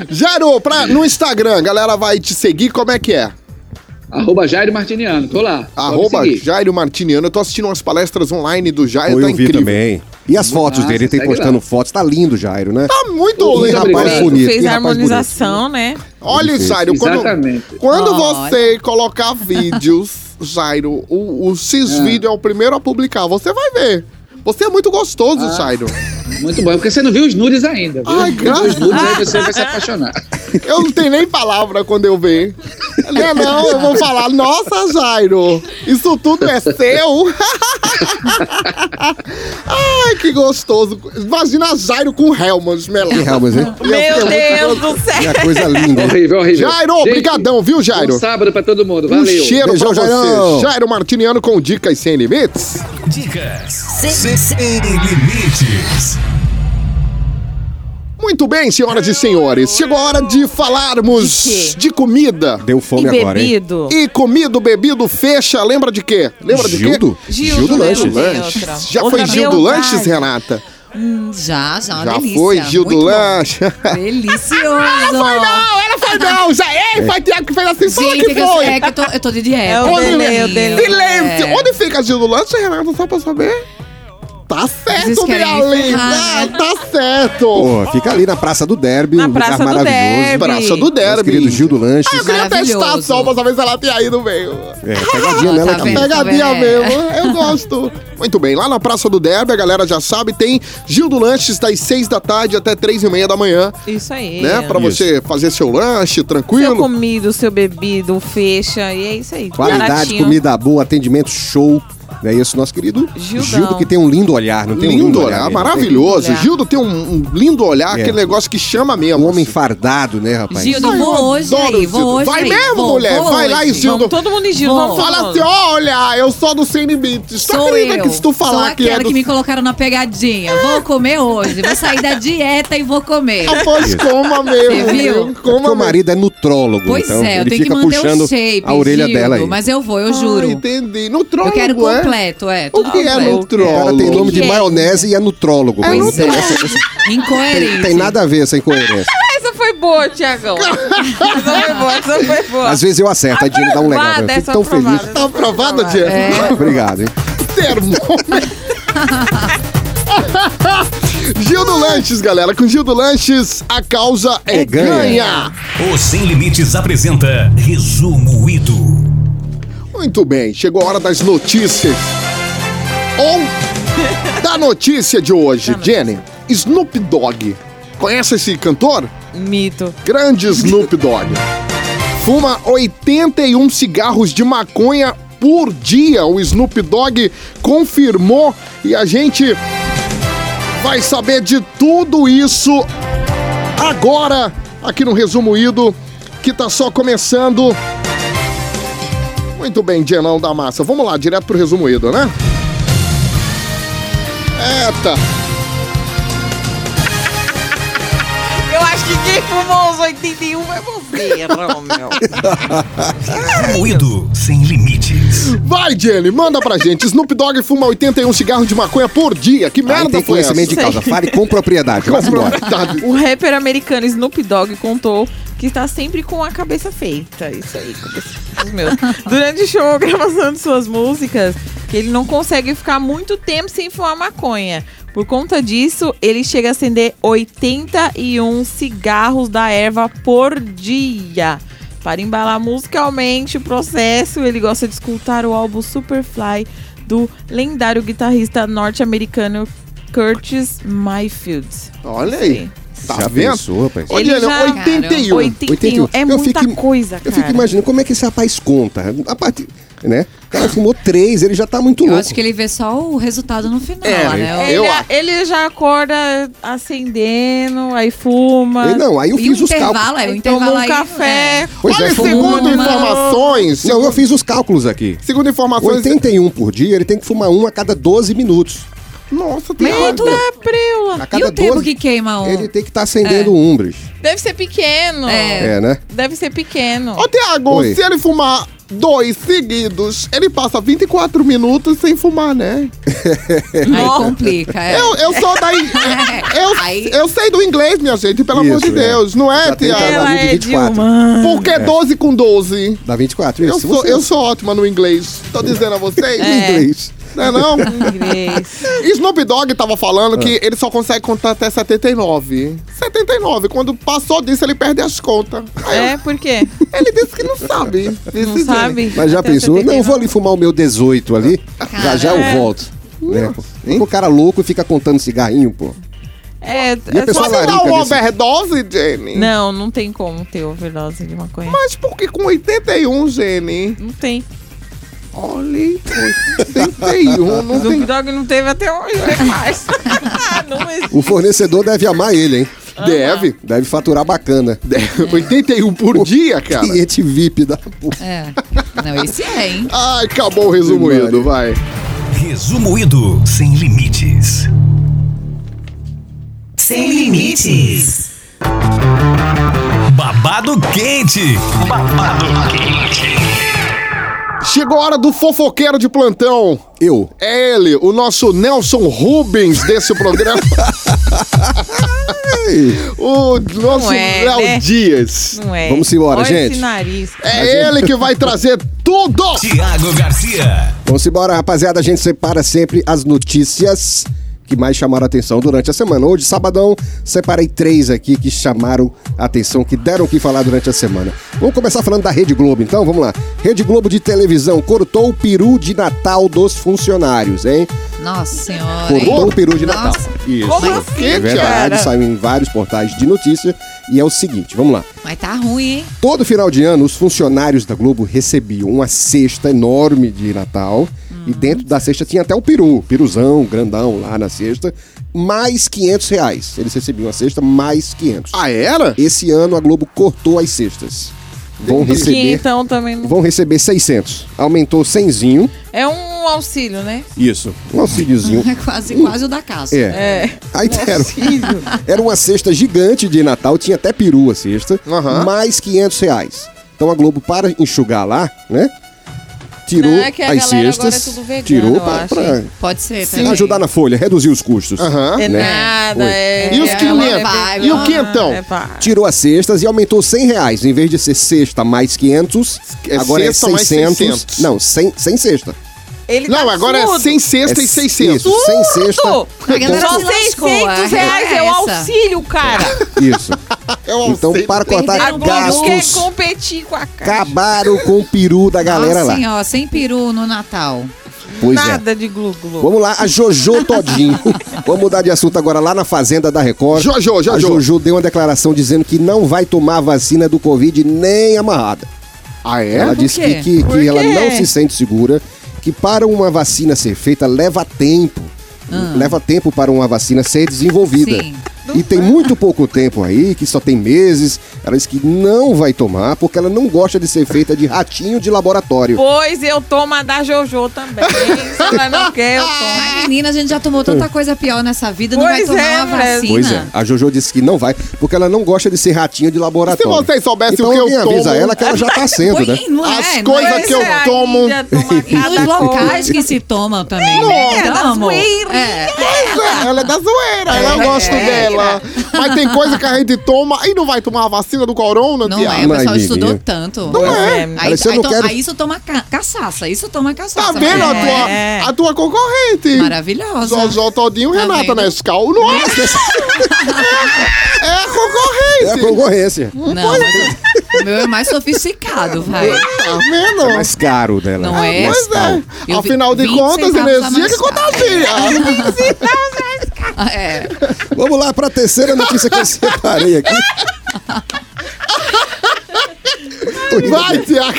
B: Jairo, pra, no Instagram, a galera vai te seguir, como é que é?
F: Arroba Jairo Martiniano, tô lá. Pode
B: Arroba
F: seguir.
B: Jairo Martiniano. Eu tô assistindo umas palestras online do Jairo,
D: Foi,
B: tá
D: eu vi
B: incrível.
D: também. E as fotos
F: massa,
D: dele, ele tem
F: segue
D: postando
F: lá.
D: fotos. Tá lindo, Jairo, né?
B: Tá muito
F: Ô,
B: lindo,
F: Jairo,
B: rapaz.
D: Rapaz
F: obrigado.
D: bonito.
C: Fez
D: que
C: a
D: rapaz bonito.
C: harmonização, né?
B: Olha,
D: Difícil.
B: Jairo, quando,
F: Exatamente.
B: quando
E: Olha.
B: você colocar vídeos, Jairo, o, o X-Vídeo é o primeiro a publicar. Você vai ver. Você é muito gostoso, Jairo.
F: Muito bom. É porque você não viu os nudes ainda. Viu?
B: Ai,
F: Viu os
B: graças-
F: nudes, aí você vai se apaixonar.
B: Eu não tenho nem palavra quando eu ver. Não, não, eu vou falar, nossa, Jairo, isso tudo é seu? Ai, que gostoso. Imagina Jairo com Helmut
D: Que
B: melado.
D: Helmut, hein?
B: é um
C: Meu Deus do
D: E
C: céu.
D: a coisa linda. hein?
F: Horrível, horrível.
B: Jairo,
F: Gente,
B: obrigadão, viu,
F: Um
B: Jairo?
F: sábado pra todo mundo.
B: Um
F: Valeu.
B: cheiro
D: Beijão,
B: pra
D: Jairão.
B: você. Jairo Martiniano com Dicas Sem Limites.
A: Dicas sem limites.
B: Muito bem, senhoras e senhores. Chegou a hora de falarmos
C: De
B: de,
C: quê?
B: comida.
D: Deu
C: E
D: fome agora, hein?
C: bebido.
B: E comido, bebido, fecha. Lembra de quê? Lembra de quê?
D: Gildo? Gildo
C: né?
D: Lanches.
C: Não tem
B: Lanches.
C: outra.
B: Já
C: Outra
B: foi Gildo
C: verdade.
B: Lanches, Renata?
E: Já, já, uma
B: Já
E: delícia.
B: foi, Gil do Ah,
E: Muito bom.
B: Lanche.
E: Delicioso.
B: ela foi não. Já, ei, foi Tiago que fez assim.
E: Gente, é que eu, é que eu tô, eu tô de dieta.
C: É o
E: Olha,
C: dele, o dele.
B: Silêncio.
E: É.
B: Onde fica Gil do Lanche, Renata, só pra saber? Tá certo,
E: Vocês querem
B: minha
E: me
B: linda.
E: ferrar, né?
B: Tá certo.
D: Pô, fica ali na Praça do Derby,
C: Na
D: um lugar
C: Praça do
D: maravilhoso.
C: Derby.
B: Praça do
D: Nosso querido
B: Derby.
D: Gildo
B: Ah, eu
D: Lanches.
B: queria testar
E: Maravilhoso.
B: só pra saber se ela tinha ido meio.
D: É, pegadinha
E: Ah,
D: nela
E: tá
D: também.
E: vendo?
B: Pegadinha
E: É.
B: mesmo, eu gosto. Muito bem, lá na Praça do Derby, a galera já sabe, tem Gil do Lanches das 6 da tarde até 3 e meia da manhã,
C: Isso aí.
B: né? Pra
D: Isso.
B: você fazer seu lanche
C: É. Seu
B: tranquilo.
C: comido, seu bebido, fecha. E é isso aí.
D: Qualidade,
C: baratinho.
D: comida boa, atendimento show. É isso, nosso querido
C: Gildão.
D: Gildo, que tem um lindo olhar, não tem um
B: lindo olhar,
D: mesmo.
B: maravilhoso.
C: Lindo olhar.
B: Gildo tem um, um lindo olhar,
D: É.
B: aquele negócio que chama mesmo. assim.
D: Um homem fardado, né, rapaz?
E: Gildo,
B: Ai, eu
E: vou hoje
B: adoro
E: aí,
B: o
E: vou
B: Gildo.
E: hoje
B: Vai
E: aí.
B: mesmo,
E: Vou,
B: mulher,
E: vou
B: vai lá
E: hoje.
B: e Gildo.
C: Vamos todo mundo em Gildo.
E: Vamos.
C: Vamos
B: Fala
C: todo
B: assim,
C: mundo.
B: olha, eu sou do Sem Limites. Tu
E: Sou
B: acredita
E: eu.
B: que se tu
E: Sou
B: falar que
E: aquela
B: é do...
E: que me colocaram na pegadinha. Vou comer hoje. Vou sair da dieta e vou comer.
B: Ah, pois coma mesmo.
E: Você viu?
B: viu?
D: Porque
B: Coma
D: o
B: mesmo.
D: marido é nutrólogo,
E: Pois
D: então
E: é, eu
D: ele
E: tenho que
D: fica
E: manter
D: puxando
E: o shape,
D: a orelha
E: Gildo,
D: dela aí. então
E: Mas eu vou, eu
B: Ah,
E: juro.
B: entendi. Nutrólogo,
E: eu quero
B: é?
E: completo, é.
B: O
E: tudo
B: que é
D: O
E: completo.
D: cara
B: nutrólogo?
D: tem nome
C: Que
D: de
C: é?
D: maionese e é nutrólogo.
B: É
D: Não
E: Pois é.
D: tem- essa- essa-
E: Incoerente.
D: tem, tem nada a ver essa incoerência.
C: Essa foi boa, Tiagão. essa foi boa, essa foi boa.
D: Às vezes eu acerto, a Dini dá um legal. Eu
C: Aprovada,
D: fico
C: essa
D: tão
C: aprovada,
D: feliz. É.
B: Tá
C: essa
B: aprovada,
C: aprovada.
B: Diego?
D: Obrigado, hein?
B: termômetro. Gildo Lanches, galera. Com Gildo Lanches, a causa é,
D: É ganha.
B: ganha.
A: O Sem Limites apresenta Resumo Ido.
B: Muito bem, chegou a hora das notícias. Ou da notícia de hoje, Jenny. Snoop Dogg. Conhece esse cantor?
C: Mito.
B: Grande Snoop Dogg. Fuma 81 cigarros de maconha por dia. O Snoop Dogg confirmou e a gente vai saber de tudo isso agora aqui no Resumo Ido, que tá só começando. Muito bem, Dienão da Massa. Vamos lá, direto pro Resumo Ido, né? Eita!
C: Eu acho que quem fumou os 81 foi é você, Romeu.
A: Resumo Ido Sem Limites.
B: Vai, Jenny, manda pra gente. Snoop Dogg fuma 81 cigarros de maconha por dia. Que
D: Aí
B: merda
D: tem
B: foi essa?
D: conhecimento de causa. Fale com propriedade. Vai embora.
B: Coitado.
C: O rapper americano Snoop Dogg contou que está sempre com a cabeça feita. Isso aí, cabeça meu. Durante o show, gravação de suas músicas, que ele não consegue ficar muito tempo sem fumar maconha. Por conta disso, ele chega a acender 81 cigarros da erva por dia. Para embalar musicalmente o processo, ele gosta de escutar o álbum Superfly do lendário guitarrista norte-americano Curtis Mayfield.
B: Olha aí. Tá
D: Já
B: vendo?
D: pensou, rapaz?
B: Ô,
C: Ele
B: Jenny,
C: já-
B: 81.
C: 81 é
D: Eu
C: muita
D: fico-
C: coisa, cara.
D: Eu fico imaginando como é que esse rapaz conta. A partir, né? O cara fumou três, ele já tá muito
E: Eu
D: louco.
E: acho que ele vê só o resultado no final,
B: É,
E: né?
B: é.
C: Ele,
B: Eu acho.
C: ele já acorda acendendo, aí fuma.
D: Ele- Não, aí eu
E: E o
D: fiz os
E: intervalo,
D: cálculos.
E: é, o
C: aí
E: intervalo
C: toma um
E: aí.
C: café.
E: é.
D: Pois
B: Olha,
D: é, foi
B: segundo
E: uma-
B: informações.
D: Não,
B: Segundo,
D: eu fiz os cálculos aqui.
B: segundo informações.
D: 81 por dia, ele tem que fumar um a cada 12 minutos.
B: Nossa, tem
C: Eita,
B: razão.
C: preula.
D: A cada
E: e o tempo
D: 12,
E: que queima um?
D: Ele tem que estar acendendo um, Bris.
C: Deve ser pequeno.
E: É.
D: É, né?
C: Deve ser pequeno.
B: Ô, Tiago,
D: Oi.
B: se ele fumar dois seguidos, ele passa 24 minutos sem fumar, né?
E: Aí complica, é.
B: Eu, eu sou da. in-
E: Aí-
B: eu, eu sei do inglês, minha gente, pelo amor
D: Isso,
B: de
D: é.
B: Deus. Não é,
D: Já tem
B: Tiago?
D: ela
C: Ela
D: de
C: é de
D: 24.
C: humano.
B: Por que 12 com 12?
D: Dá 24, isso.
B: Eu sou,
D: Você-
B: eu sou ótima no inglês. Tô dizendo a vocês.
D: Em inglês.
B: Não é não?
C: Inglês.
B: Snoop Dogg tava falando que
D: Ah.
B: ele só consegue contar até 79. 79. Quando passou disso, ele perde as contas.
C: É, por quê?
B: Ele disse que não sabe. Disse
C: Não
B: dele.
C: sabe?
D: Mas
B: Então,
D: já
C: Até
D: pensou?
C: 79.
D: Não, vou ali fumar o meu 18 ali. Já já
B: é.
D: eu volto. Né? Fica o cara louco e fica contando cigarrinho, pô.
C: É,
D: E a
C: é
D: pessoa
B: Mas
C: só...
B: você
D: larica
B: dá uma
D: desse-
B: overdose, Jenny?
C: Não, não tem como ter overdose de maconha.
B: Mas por que com 81, Jenny?
C: Não tem.
B: Olha, 81, não
C: Snoop
B: tem...
C: Dog não teve até hoje, né? Mas- Ah, não existe.
D: O fornecedor deve amar ele, hein?
B: Deve.
D: Deve faturar bacana.
B: 81 por dia, cara.
D: Cliente VIP da porra.
E: É. Não, esse é, hein?
B: Ai, acabou o resumido, vai.
D: Maria.
A: Resumo Ido Sem Limites. Sem Limites. Babado quente. Babado quente.
B: Chegou a hora do fofoqueiro de plantão.
D: Eu.
B: É ele, o nosso Nelson Rubens desse programa. o nosso
C: é,
B: Léo
C: né?
B: Dias.
C: Não é.
D: Vamos embora,
C: Olha
D: gente.
C: Esse nariz.
B: É ele que vai trazer tudo!
A: Tiago Garcia.
D: Vamos embora, rapaziada. A gente separa sempre as notícias que mais chamaram a atenção durante a semana. Hoje, sabadão, separei três aqui que chamaram a atenção, que deram o que falar durante a semana. Vamos começar falando da Rede Globo, então, vamos lá. Rede Globo de televisão cortou o peru de Natal dos funcionários, hein?
E: Nossa senhora. hein?
D: Cortou o peru de Natal.
E: Nossa.
D: Isso.
C: Como
E: Mas
C: assim,
B: que
D: É
C: cara?
D: verdade, saiu em vários portais de notícia e é o seguinte, vamos lá.
E: Mas tá ruim, hein?
D: Todo final de ano, os funcionários da Globo recebiam uma cesta enorme de Natal E dentro da cesta tinha até o peru, piruzão, grandão lá na cesta, mais 500 reais. Eles recebiam a cesta mais 500.
B: Ah, era?
D: Esse ano a Globo cortou as cestas. Vão
C: Que
D: receber,
C: então também não...
D: vão receber 600. Aumentou 100zinho.
C: É um auxílio, né?
B: Isso.
D: Um auxíliozinho.
E: É quase, quase o da casa.
D: É.
C: É.
D: Aí
C: Um
D: deram.
C: auxílio.
D: Era uma cesta gigante de Natal, tinha até peru a cesta,
B: Aham.
D: mais 500 reais. Então a Globo, para enxugar lá, né? Tirou
C: Não, é que a
D: as
C: galera agora é
D: cestas,
C: tudo vegana,
D: tirou
C: eu
D: pra,
C: acho,
D: pra
C: hein?
E: Pode ser,
C: Sim.
D: ajudar na folha, reduzir os custos.
B: Aham.
C: É
D: Né?
C: nada,
D: Oi.
C: é...
B: E os
C: é
B: quinhentos?
C: uma vibe,
B: E o
C: uma-
B: quinhentão?
C: É pá.
D: Tirou as cestas e aumentou 100 reais. Em vez de ser cesta mais 500,
B: É
D: agora é
B: cesta mais
D: 600.
B: 600.
D: Não, sem, sem cesta.
C: Ele
B: Não,
C: tá
B: agora é
C: surdo.
B: sem cesta e 600.
D: Isso, sem cesta.
C: Surdo!
E: A galera
C: Só
E: se lascou,
C: 600
E: a
C: reais
E: real é
C: é o
E: essa.
C: auxílio, cara.
D: Isso.
B: É um
D: Então,
B: auxílio.
D: para
C: A
D: cortar
E: Perderam
C: Globo quer
D: gastos, Tá,
C: competir com a cara.
D: acabaram com o peru da galera lá.
E: assim, ó, sem peru no Natal.
D: Pois é.
C: Nada de glu-glu.
D: Vamos lá, a Jojo Todinho. Vamos mudar de assunto agora lá na Fazenda da Record.
B: Jojo,
D: A
B: Jojo.
D: Jojo deu uma declaração dizendo que não vai tomar a vacina do Covid nem amarrada.
B: Ah, é?
D: Ela
E: Por
D: disse
E: quê?
D: que, que,
C: Por
D: que ela
C: quê?
D: não se sente segura, que para uma vacina ser feita leva tempo. Leva tempo para uma vacina ser desenvolvida.
E: Ah. Sim. é?
D: E tem muito pouco tempo aí, que só tem meses. Ela disse que não vai tomar porque ela não gosta de ser feita de ratinho de laboratório.
C: Pois eu tomo a da Jojo também. hein? Se ela não quer, eu tomo.
E: Ah, Mas, menina, a gente já tomou tanta coisa pior nessa vida, não vai
C: Pois
E: tomar
C: é,
E: uma
C: mulher.
E: vacina.
D: Pois é, a Jojo disse que não vai, porque ela não gosta de ser ratinho de
B: Se
D: laboratório.
B: vocês soubessem
D: então
B: o que eu
D: alguém avisa
B: tomo-
D: ela que ela já tá sendo, né?
E: Oi, não é,
B: As
E: não
B: coisas
E: é.
C: Pois
B: que eu
C: é,
B: tomo.
C: ainda toma
E: E os
C: cada
E: locais
C: coisa.
E: que se tomam também. né?
C: é, da
E: Então, amor,
C: zoeira.
E: é.
B: Ela é da zoeira, ela eu gosto
E: é.
B: dela. Mas tem coisa que a gente toma e não vai tomar a vacina do corona,
E: Não
B: tia.
E: é, o pessoal
D: Mas,
E: estudou
D: menina.
E: tanto.
C: Pois é.
E: Aí,
D: Olha, se eu
E: aí
D: não
E: to-
D: quero-
E: aí isso toma ca caçaça, isso toma
B: Tá
E: caçaça.
B: vendo a
E: mas é
B: tua,
C: É.
B: a tua concorrente?
E: Maravilhosa.
B: Zozó Todinho,
E: Tá
B: Renata
E: vendo?
B: Nescau. Nossa! é, é a
D: É a
B: concorrente.
D: concorrência.
E: Não, mas o meu é mais sofisticado, vai.
B: Tá vendo?
D: É mais caro dela.
E: Não é?
D: Mais
B: Pois
D: caro.
B: é.
E: Eu vi-
B: Afinal de
E: 20
B: contas,
E: centavos a
B: energia
E: mais
B: que contagia.
E: É.
D: Vamos lá pra terceira notícia que eu separei aqui.
B: Vai, Tiago.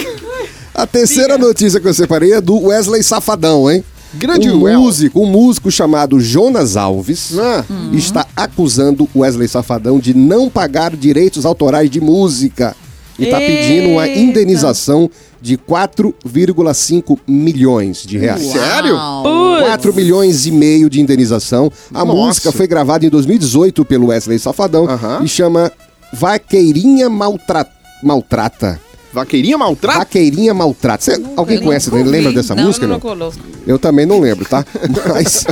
D: A terceira notícia que eu separei é do Wesley Safadão, hein?
B: Grande
D: um
B: Well.
D: músico, um músico chamado Jonas Alves está acusando Wesley Safadão de não pagar direitos autorais de música e está pedindo uma
C: Eita.
D: indenização de 4,5 milhões de reais.
B: Ah, Sério?
E: Uau.
C: Putz.
D: 4 milhões e meio de indenização. A
B: Nossa.
D: música foi gravada em 2018 pelo Wesley Safadão
B: Aham.
D: e chama Vaqueirinha Maltra- Maltrata.
B: Vaqueirinha maltrata?
D: Vaqueirinha Maltrata. Cê- alguém
E: nunca
D: conhece, né? lembra
E: ouvi.
D: dessa
C: Não,
D: música?
C: não,
D: Não?
C: não colou.
D: Eu também não lembro, tá? Mas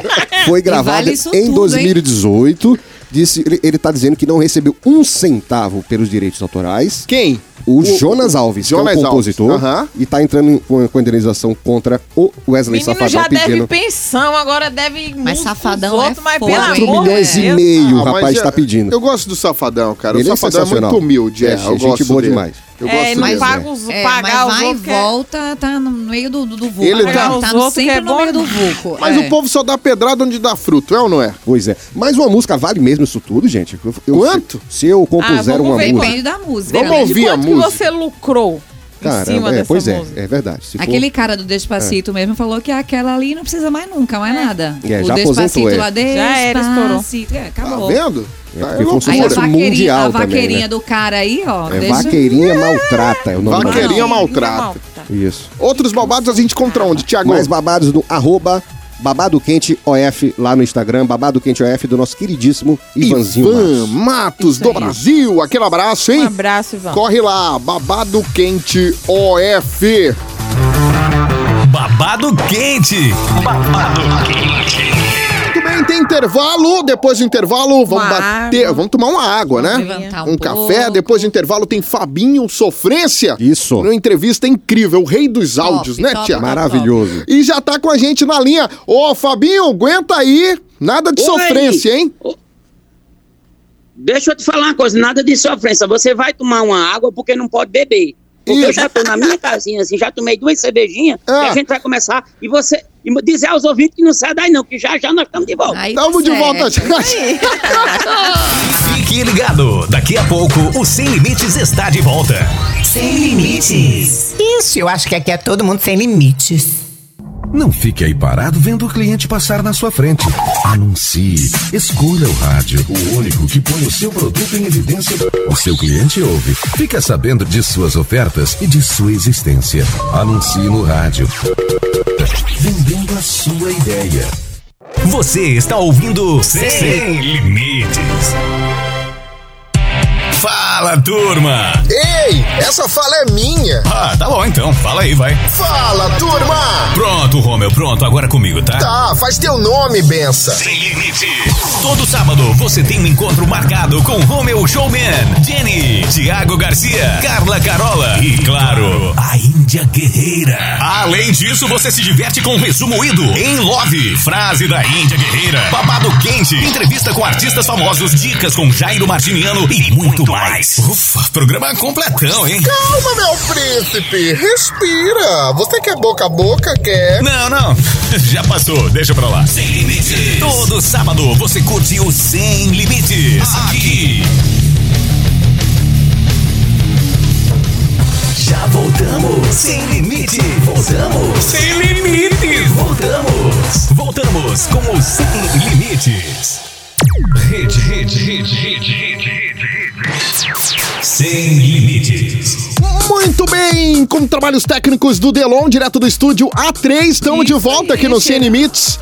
D: foi gravada
E: vale isso
D: em
E: tudo,
D: 2018. Disse, ele, ele tá dizendo que não recebeu um centavo pelos direitos autorais.
B: Quem?
D: O, Jonas Alves,
B: Jonas
D: que é o
B: Alves,
D: compositor,
B: aham.
D: e tá entrando com, com indenização contra o Wesley
C: Menino
D: Safadão
C: já deve
D: pedindo.
C: pensão, agora deve.
E: Mas
C: uns
E: safadão
C: pros outros,
E: é
C: mas
E: foda,
C: pelo
D: 4
E: hein?
C: amor de
D: milhões e
C: Deus.
D: meio o
B: Ah, mas
D: rapaz
B: é-
D: está pedindo.
B: Eu gosto do Safadão, cara.
D: Ele é
B: o Safadão é,
D: sensacional.
B: muito humilde. É,
D: É,
B: eu
D: gente
B: gosto
D: boa
B: dele.
D: demais.
B: Eu
C: É,
B: gosto
C: não
B: mesmo.
C: paga os
E: É,
C: pagar
E: mas
C: os
E: vai e
C: outros. que é-
E: volta, tá no meio do, do, do vulco.
B: Ele
E: Vai
B: tá-
E: voltar
C: Os outros
E: sempre
C: que é
E: no meio
C: bom,
E: do vulco.
B: Mas
E: é.
B: o povo só dá pedrada onde dá fruto, é ou não é?
D: Pois é. Mas uma música vale mesmo isso tudo, gente? Eu- eu-
B: Quanto?
D: Se, se eu compuser
C: Ah, vamos
D: uma
C: ver
D: é música.
E: Depende da música.
B: Vamos
E: né?
B: ouvir. vi a
C: Quanto
B: música.
C: que você lucrou em cima
D: Caramba, é,
C: dessa
D: pois é,
C: música?
D: é verdade. Se for-
E: Tipo, Aquele cara do Despacito mesmo falou que aquela ali não precisa mais nunca, mais nada.
D: É,
E: o
D: já aposentou,
E: Despacito
D: é.
E: lá,
C: Já era,
E: Despacito. É,
B: Tá
E: acabou.
B: vendo?
D: É,
B: Tá,
D: porque
B: é
D: foi um
E: Aí a
D: Sucesso
B: loucura.
E: vaqueirinha, a
D: mundial também,
E: vaqueirinha
D: né?
E: do cara aí, ó.
D: É
E: deixa-
D: Vaqueirinha Maltrata é o nome da
B: Vaqueirinha-
D: música.
B: Queria maltrato.
D: Isso.
B: Outros babados a gente encontra onde, Tiago?
D: Mais babados no arroba Babado Quente OF lá no Instagram, Babado Quente OF do nosso queridíssimo Ivanzinho
B: Ivan
D: Matos.
B: Matos
E: Isso
B: do
E: aí.
B: Brasil, aquele abraço, hein?
C: Um abraço, Ivan.
B: Corre lá, babado quente OF.
A: Babado quente. Babado quente.
B: Muito bem, tem intervalo. Depois do intervalo, vamos
C: Uma
B: bater.
C: água.
B: Vamos tomar uma água, né?
E: Levantar
B: Um
E: um
B: café.
E: pouco.
B: Depois do intervalo, tem Fabinho Sofrência.
D: Isso.
B: Numa entrevista incrível, o rei dos áudios, né,
E: top,
B: Tia?
E: top.
D: Maravilhoso.
B: E já tá com a gente na linha. Ô, Fabinho, aguenta aí. Nada de
G: Oi.
B: sofrência, hein?
G: Deixa eu te falar uma coisa, nada de sofrência. Você vai tomar uma água porque não pode beber. Porque
B: Isso.
G: eu já tô na minha casinha, assim, já tomei duas cervejinhas,
B: Ah.
G: e a gente vai começar. E você e dizer aos ouvintes que não sai daí, não, que já já nós estamos de volta.
E: Aí tá
B: Tamo de volta
E: certo.
B: já.
A: Fique ligado. Daqui a pouco, o Sem Limites está de volta. Sem Limites.
H: Isso, eu acho que aqui é todo mundo sem limites.
I: Não fique aí parado vendo o cliente passar na sua frente. Anuncie. Escolha o rádio, o único que põe o seu produto em evidência. O seu cliente ouve. Fica sabendo de suas ofertas e de sua existência. Anuncie no rádio. Vendendo a sua ideia.
A: Você está ouvindo Sem Limites. Fala, turma!
J: Ei, essa fala é minha.
A: Ah, tá bom então, fala aí, vai.
J: Fala, turma.
A: Pronto, Romeu, pronto, agora comigo, tá?
J: Tá, faz teu nome, benção.
A: Sem Limites. Todo sábado você tem um encontro marcado com Romeu Showman, Jenny, Thiago Garcia, Carla Carola e, claro, a Índia Guerreira. Além disso, você se diverte com um resumo ido em Love, frase da Índia Guerreira, babado quente, entrevista com artistas famosos, dicas com Jairo Martiniano e muito mais. Ufa, programa completão, hein?
J: Calma, meu príncipe. Respira. Você quer boca a boca,
I: É
J: quer?
A: Não, não. Já passou, deixa pra lá. Sem limites. Todo sábado você curte o Sem Limites. Aqui.
I: Já voltamos. Sem limite. Voltamos.
A: Sem limites.
I: Voltamos.
A: Voltamos com o Sem Limites. Rede, rede, rede, rede, rede, rede, rede. Sem limites.
B: Muito bem, com trabalhos técnicos do Delon, direto do estúdio A3, estamos de volta aqui no Sem Limites.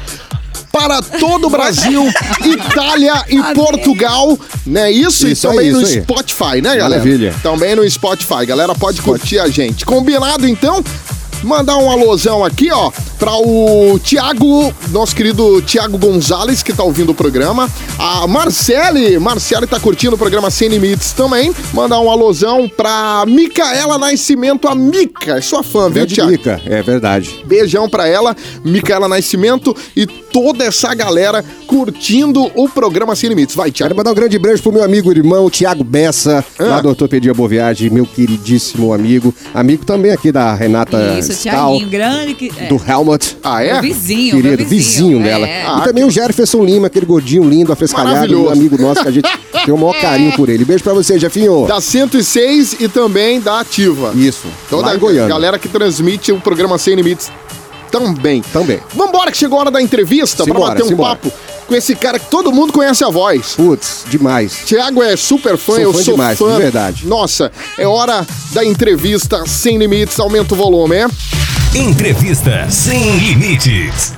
B: Para todo o Brasil, Itália e Portugal, né? Isso,
D: Isso
B: e
D: aí,
B: também no
D: isso aí.
B: Spotify, né, galera?
D: Maravilha.
B: Também no Spotify, galera, pode curtir a gente. Combinado então? Mandar um alôzão aqui, ó, para o Tiago, nosso querido Tiago Gonzalez, que tá ouvindo o programa. A Marcele, Marcele tá curtindo o programa Sem Limites também. Mandar um alôzão pra Micaela Nascimento, a Mica. É sua fã, viu,
D: Grande
B: Tiago?
D: dica, é verdade.
B: Beijão pra ela, Micaela Nascimento e toda essa galera curtindo o programa Sem Limites. Vai,
D: Quero
B: Tiago.
D: mandar um grande beijo pro meu amigo irmão Tiago Bessa,
B: Ah.
D: lá do Ortopedia Boviagem, meu queridíssimo amigo. Amigo também aqui da Renata
E: Isso,
D: Stahl,
E: Tiaguinho, grande. Que, é,
D: É, tá do Helmut.
B: Ah,
E: meu
B: é?
E: vizinho, meu
D: Querido, vizinho,
E: é.
D: dela.
B: Ah,
D: e também o Jefferson Lima, aquele gordinho lindo, afrescalhado,
B: Maravilhoso.
D: um amigo nosso que a gente tem o maior carinho por ele. Beijo pra você, Jefinho.
B: Da 106 e também da Ativa.
D: Isso.
B: Toda
D: lá
B: a
D: em Goiânia.
B: galera que transmite o programa Sem Limites também.
D: Também.
B: Vambora que chegou a hora da entrevista pra
D: Simbora,
B: bater um
D: simbora.
B: papo com esse cara que todo mundo conhece a voz.
D: Putz, demais.
B: Tiago é super fã,
D: Sou
B: eu
D: fã
B: sou
D: demais,
B: fã.
D: de verdade.
B: Nossa, é hora da entrevista Sem Limites, aumenta o volume, é?
A: Entrevista Sem Limites.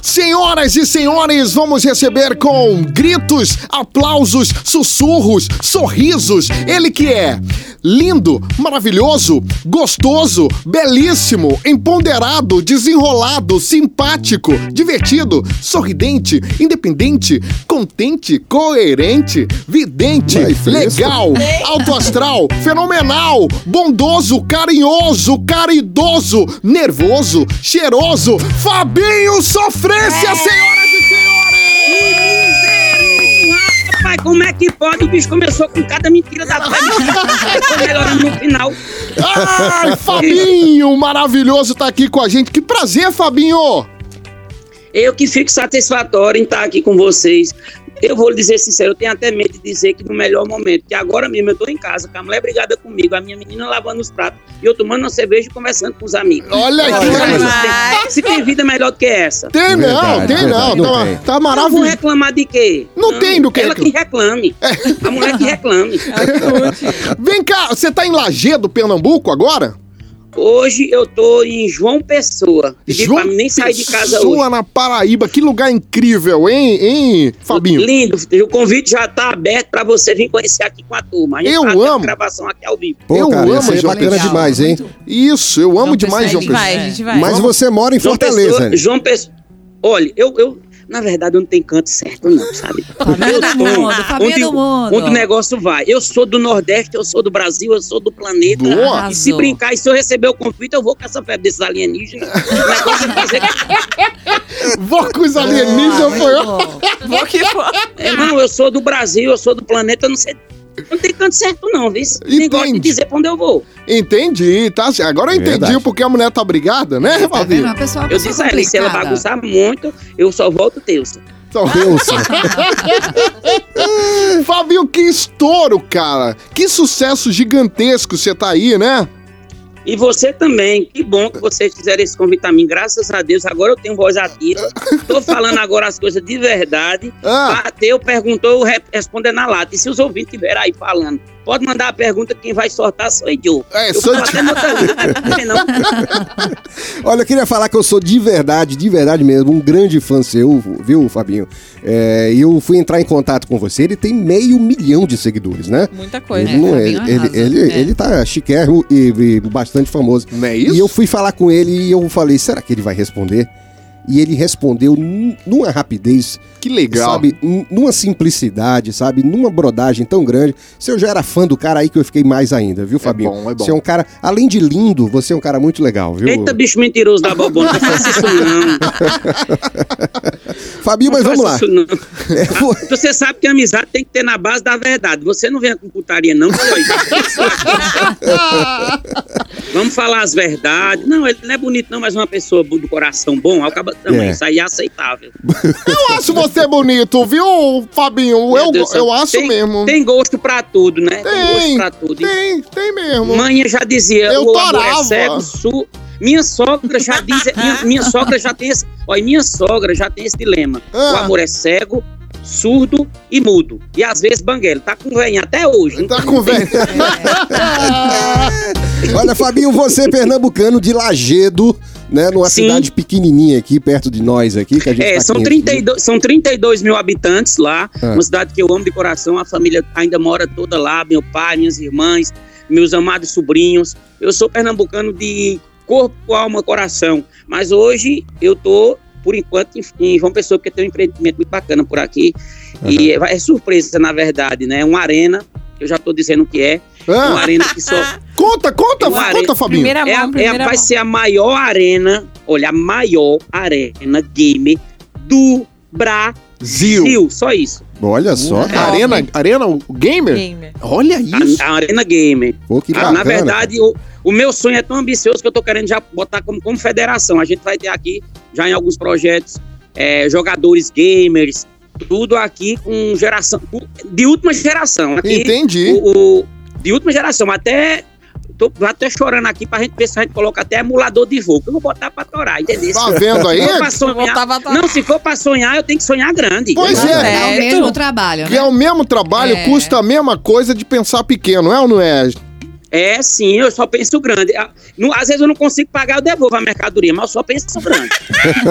B: Senhoras e senhores, vamos receber com gritos, aplausos, sussurros, sorrisos. Ele que é lindo, maravilhoso, gostoso, belíssimo, empoderado, desenrolado, simpático, divertido, sorridente, independente, contente, coerente, vidente,
D: Vai, foi isso?
B: legal, alto astral, fenomenal, bondoso, carinhoso, caridoso, nervoso, cheiroso, Fabinho Sofrência, senhoras e senhores!
G: Rapaz, como é que pode? O bicho começou com cada mentira da frente. Eu tô melhorando no final.
B: Ai, Fabinho maravilhoso tá aqui com a gente. Que prazer, Fabinho!
G: Eu que fico satisfatório em estar aqui com vocês. Eu vou lhe dizer sincero, eu tenho até medo de dizer que no melhor momento, que agora mesmo eu tô em casa, com a mulher é brigada comigo, a minha menina lavando os pratos, e eu tomando uma cerveja e conversando com os amigos.
B: Olha
G: Eu
B: aí,
G: digo,
B: cara.
G: "Rapaz, Se tem vida melhor do que essa.
B: Tem não,
D: Verdade,
B: tem não. Tá,
D: verdade, não tem.
B: tá
G: Eu vou
B: maravilhoso.
G: reclamar de quê?
B: Não tem do que É.
G: Ela que reclame. A mulher que reclame.
B: Vem cá, você tá em Lagedo, Pernambuco agora?
G: Hoje eu tô em João Pessoa. Pedi
B: João
G: pra mim nem sair de casa
B: Pessoa,
G: hoje.
B: na Paraíba, que lugar incrível, hein, hein, Fabinho?
G: Lindo, o convite já tá aberto pra você vir conhecer aqui com a turma. A gente
B: Eu
G: tá tendo
B: amo.
G: gravação aqui ao vivo.
D: Pô,
B: Eu
D: cara,
B: amo,
D: isso aí é
B: João.
D: bacana
E: Legal,
D: demais, hein?
E: muito.
B: Isso, eu amo
C: João
B: demais João
C: Pessoa, é
B: Pessoa.
C: vai, a gente vai.
D: Mas você mora em
G: João
D: Fortaleza.
B: né?
G: Pessoa, João Pessoa. Olha, eu, eu, na verdade, eu não tenho canto certo, não, sabe?
E: Fabinho do mundo, Fabinho
G: onde,
E: do mundo.
G: onde o negócio vai. Eu sou do Nordeste, eu sou do Brasil, eu sou do planeta.
B: Boa.
G: E se
E: Arrasou.
G: brincar, e se eu receber o convite, eu vou com essa febre desses alienígenas. O negócio é fazer.
B: Vou com os alienígenas, foi
E: Muito
B: ó.
E: bom.
C: Vou que vou.
G: É, Não, eu sou do Brasil, eu sou do planeta, eu não sei. Não tem canto certo, não, viu?
B: Entende.
G: Nem gosto de dizer pra onde eu vou.
B: Entendi, tá? certo. Agora eu entendi
D: Verdade.
B: porque a mulher tá brigada, né,
E: Tá vendo?
B: Fabinho?
E: Uma pessoa, uma
G: Eu
E: pessoa
G: disse a ela, se ela
C: é
E: complicada.
G: bagunçar muito, eu só volto terça.
B: Então,
D: Deus.
B: Fabinho, que estouro, cara. Que sucesso gigantesco você tá aí, né?
G: E você também. Que bom que vocês fizeram esse convite a mim. Graças a Deus, agora eu tenho voz ativa. Tô falando agora as coisas de verdade.
B: Ah.
G: Bateu, perguntou, re- responder na lata. E se os ouvintes estiverem aí falando, pode mandar a pergunta, quem vai sortar sou eu.
B: É,
G: eu
B: sou eu.
G: falo até meu telefone, não.
D: Olha, eu queria falar que eu sou de verdade, de verdade mesmo, um grande fã seu, viu, Fabinho? É, E eu fui entrar em contato com você, ele tem meio milhão de seguidores, né?
C: Muita coisa.
D: ele, não é,
E: Fabinho
D: ele,
E: arrasa,
D: ele,
E: é.
D: ele tá chiquérrimo e, e bastante famoso.
B: Não é isso?
D: E eu fui falar com ele e eu falei, será que ele vai responder? E ele respondeu num- numa rapidez,
B: Que legal.
D: sabe? Num- Numa simplicidade, sabe? Numa brodagem tão grande. Se eu já era fã do cara aí que eu fiquei mais ainda, viu, Fabinho?
B: bom, é bom.
D: Você é um cara, além de lindo, você é um cara muito legal, viu?
G: Eita, bicho mentiroso da bobona, tá não faça isso não.
D: Fabinho, mas
G: Não
D: vamos lá.
G: faça isso, não.
D: É, foi-
G: Você sabe que a amizade tem que ter na base da verdade. Você não vem com putaria, não, Floyd. Vamos falar as verdades. Não, ele não é bonito, não, mas uma pessoa do coração bom, acaba também.
D: É.
G: Isso aí é aceitável.
B: Eu acho você bonito, viu, Fabinho?
D: é
G: Meu
B: Eu,
G: Deus do céu.
B: eu acho
G: Tem-
B: mesmo.
G: Tem gosto pra tudo, né? Tem, gosto pra tudo.
B: tem, tem mesmo.
G: Manha já dizia,
B: Eu
G: o amor
B: torava.
G: é cego, su... Minha sogra já diz, minha, minha sogra já tem esse, olha, minha sogra já tem esse dilema.
B: Ah.
G: O amor é cego, surdo e mudo. E às vezes banguelo, tá com velhinha até hoje.
B: Tá com velho.
D: Olha, Fabinho, você é pernambucano de Lagedo, né? Numa
G: Sim.
D: cidade pequenininha aqui, perto de nós aqui, que a gente
G: É,
D: tá
G: são,
D: 500 mil.
G: 32, são 32 mil habitantes lá,
D: Ah.
G: uma cidade que eu amo de coração, a família ainda mora toda lá, meu pai, minhas irmãs, meus amados sobrinhos. Eu sou pernambucano de corpo, alma, coração, mas hoje eu tô, por enquanto, em, em João Pessoa, porque tem um empreendimento muito bacana por aqui, e é, vai- é surpresa, na verdade, né? Uma arena, eu já tô dizendo o que é, uma
B: Ah,
G: arena que só...
B: conta, conta,
G: Uma
B: conta,
G: areia.
B: Fabinho.
C: Primeira
G: É,
C: mão,
G: a- é a-
C: Tá primeira
G: vai
C: mão.
G: ser a maior arena, olha, a maior arena game do Brasil. Só isso.
D: Olha só,
B: A
D: cara.
B: Arena, Arena o Gamer?
C: Gamer.
B: Olha isso.
G: A, a arena game.
D: Pô, que
G: Ah,
D: bacana.
G: na verdade, o, o meu sonho é tão ambicioso que eu tô querendo já botar como, como federação. A gente vai ter aqui, já em alguns projetos, é, jogadores gamers, tudo aqui com geração, de última geração. Aqui,
B: Entendi.
G: o, o- de última geração, até. Tô até chorando aqui pra gente ver se a gente coloca até emulador de voo. que Eu vou botar pra torar, entendeu?
B: Tá vendo aí?
G: Se for pra
C: Eu
G: sonhar-
C: voltava atrás.
G: não, se for pra sonhar, eu tenho que sonhar grande.
B: Pois
E: Mas
B: é.
E: É o
C: Certo.
E: mesmo trabalho,
B: Que é
E: né?
B: o mesmo trabalho,
E: É.
B: custa a mesma coisa de pensar pequeno, é ou não é?
G: É, sim, eu só penso grande. Ah, não- Às vezes eu não consigo pagar, eu devolvo a mercadoria, mas eu só penso grande.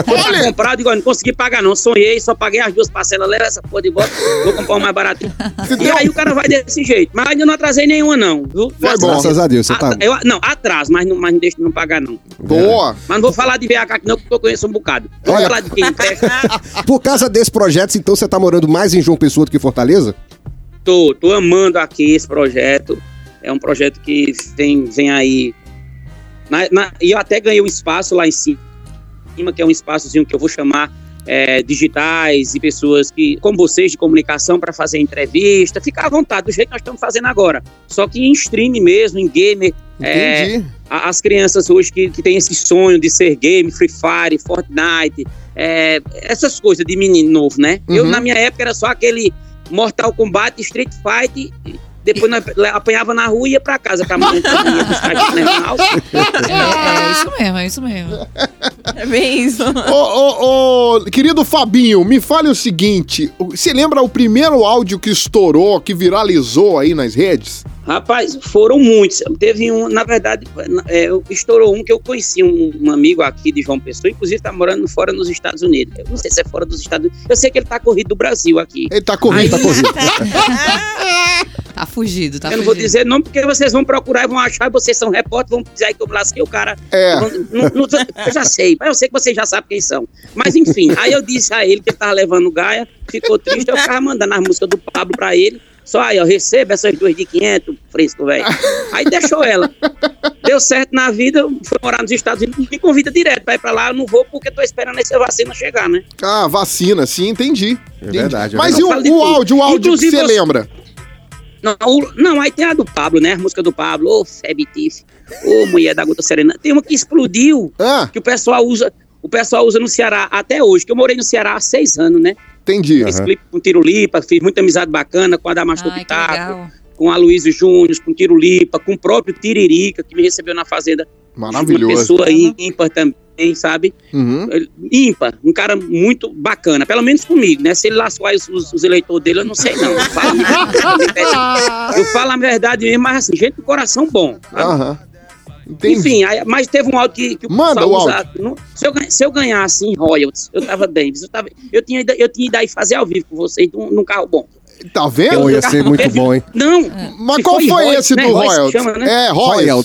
G: Olha. comprar, eu digo, ó, não consegui pagar não, sonhei, só paguei as duas parcelas, leva essa porra de volta, vou comprar uma mais baratinho. e aí o cara vai desse jeito. Mas ainda não atrasei nenhuma não, viu? Graças a Deus.
D: Graças a Deus, você tá.
G: Atra- eu- não, atraso, mas não, mas não deixo de não pagar não.
B: Boa.
G: Mas não vou falar de VH aqui não, porque eu conheço um bocado. Vou
D: Olha.
G: falar de quem empresta.
D: Por causa desse projeto, então você tá morando mais em João Pessoa do que em Fortaleza?
G: Tô, tô amando aqui esse projeto. É um projeto que vem, vem aí. Na- na- e eu até ganhei um espaço lá em cima, que é um espaçozinho que eu vou chamar é, digitais e pessoas que, como vocês, de comunicação, para fazer entrevista. Fica à vontade, do jeito que nós estamos fazendo agora. Só que em stream mesmo, em gamer. é,
B: Entendi.
G: a- as crianças hoje que, que têm esse sonho de ser game, Free Fire, Fortnite, é, essas coisas de menino novo, né? Eu,
B: Uhum.
G: na minha época, era só aquele Mortal Kombat, Street Fight, e depois nós le- apanhava na rua e ia pra casa com a mãe.
E: É, é isso mesmo, é isso mesmo.
C: É bem isso.
B: Ô, ô, ô, querido Fabinho, me fale o seguinte: o- você lembra o primeiro áudio que estourou, que viralizou aí nas redes?
G: Rapaz, foram muitos. Teve um, na verdade, na- é, eu- estourou um que eu conheci um, um amigo aqui de João Pessoa, inclusive tá morando fora nos Estados Unidos. Eu não sei se é fora dos Estados Unidos. Eu sei que ele tá corrido do Brasil aqui.
B: Ele tá correndo.
G: Aí-
E: Tá fugido, tá
G: eu não
E: fugido.
G: vou dizer não, porque vocês vão procurar e vão achar, vocês são repórter, vão dizer aí que eu me lasquei o cara.
B: É.
G: Vão- não- não- eu já sei, mas eu sei que vocês já sabem quem são. Mas enfim, aí eu disse a ele que ele tava levando Gaia, ficou triste, eu ficava mandando as músicas do Pablo pra ele. Só aí, ó, receba essas duas de 500, fresco, velho. Aí deixou ela. Deu certo na vida, foi morar nos Estados Unidos, me convida direto pra ir pra lá, eu não vou porque tô esperando essa vacina chegar, né?
B: Ah, vacina, sim, entendi.
D: É
B: Entendi.
D: verdade, é
B: Mas
D: verdade.
B: e o,
G: Fala de
B: o
G: tudo.
B: áudio, o áudio
G: Inclusive,
B: que você
G: eu-
B: lembra?
G: Não, o- não, aí tem a do Pablo, né? A música do Pablo, ô Febitif, ô mulher da gota serena. Tem uma que explodiu,
B: Ah,
G: que o pessoal usa, o pessoal usa no Ceará até hoje, que eu morei no Ceará há seis anos, né?
B: entendi.
G: Fiz clipe com Tirolipa, fiz muita amizade bacana com a Damastor
E: Ai, que
G: Pitaco,
E: legal.
G: com Aloysio Júnior, com Tiro Lipa, com o próprio Tiririca, que me recebeu na fazenda. Uma
B: Maravilhoso.
G: pessoa aí, ímpar também, sabe?
B: Uhum.
G: Ele- Ímpar, um cara muito bacana, pelo menos comigo, né? Se ele lascar os, os- os eleitores dele, eu não sei não. Eu falo,
E: Ah.
G: eu falo a verdade mesmo, mas assim, gente do coração bom. tá sabe?
B: Aham. Entendi.
G: Enfim, aí- mas teve um áudio que, que
B: Manda
G: Saul
B: o áudio.
G: usava. Não- se, eu, ganha- se eu ganhasse em royalties, eu tava bem. Eu, tava, eu, tinha, ido- eu tinha ido aí fazer ao vivo com vocês num, num carro bom.
B: Tá
D: Pô,
B: vendo?
D: Então ia ser muito bom, hein?
G: Não!
E: É.
B: Mas
G: se
B: qual
G: em
B: foi
G: royalties,
B: esse
G: né?
B: do
G: Royalties
B: Royal?
G: que chama, né?
B: É, Royal.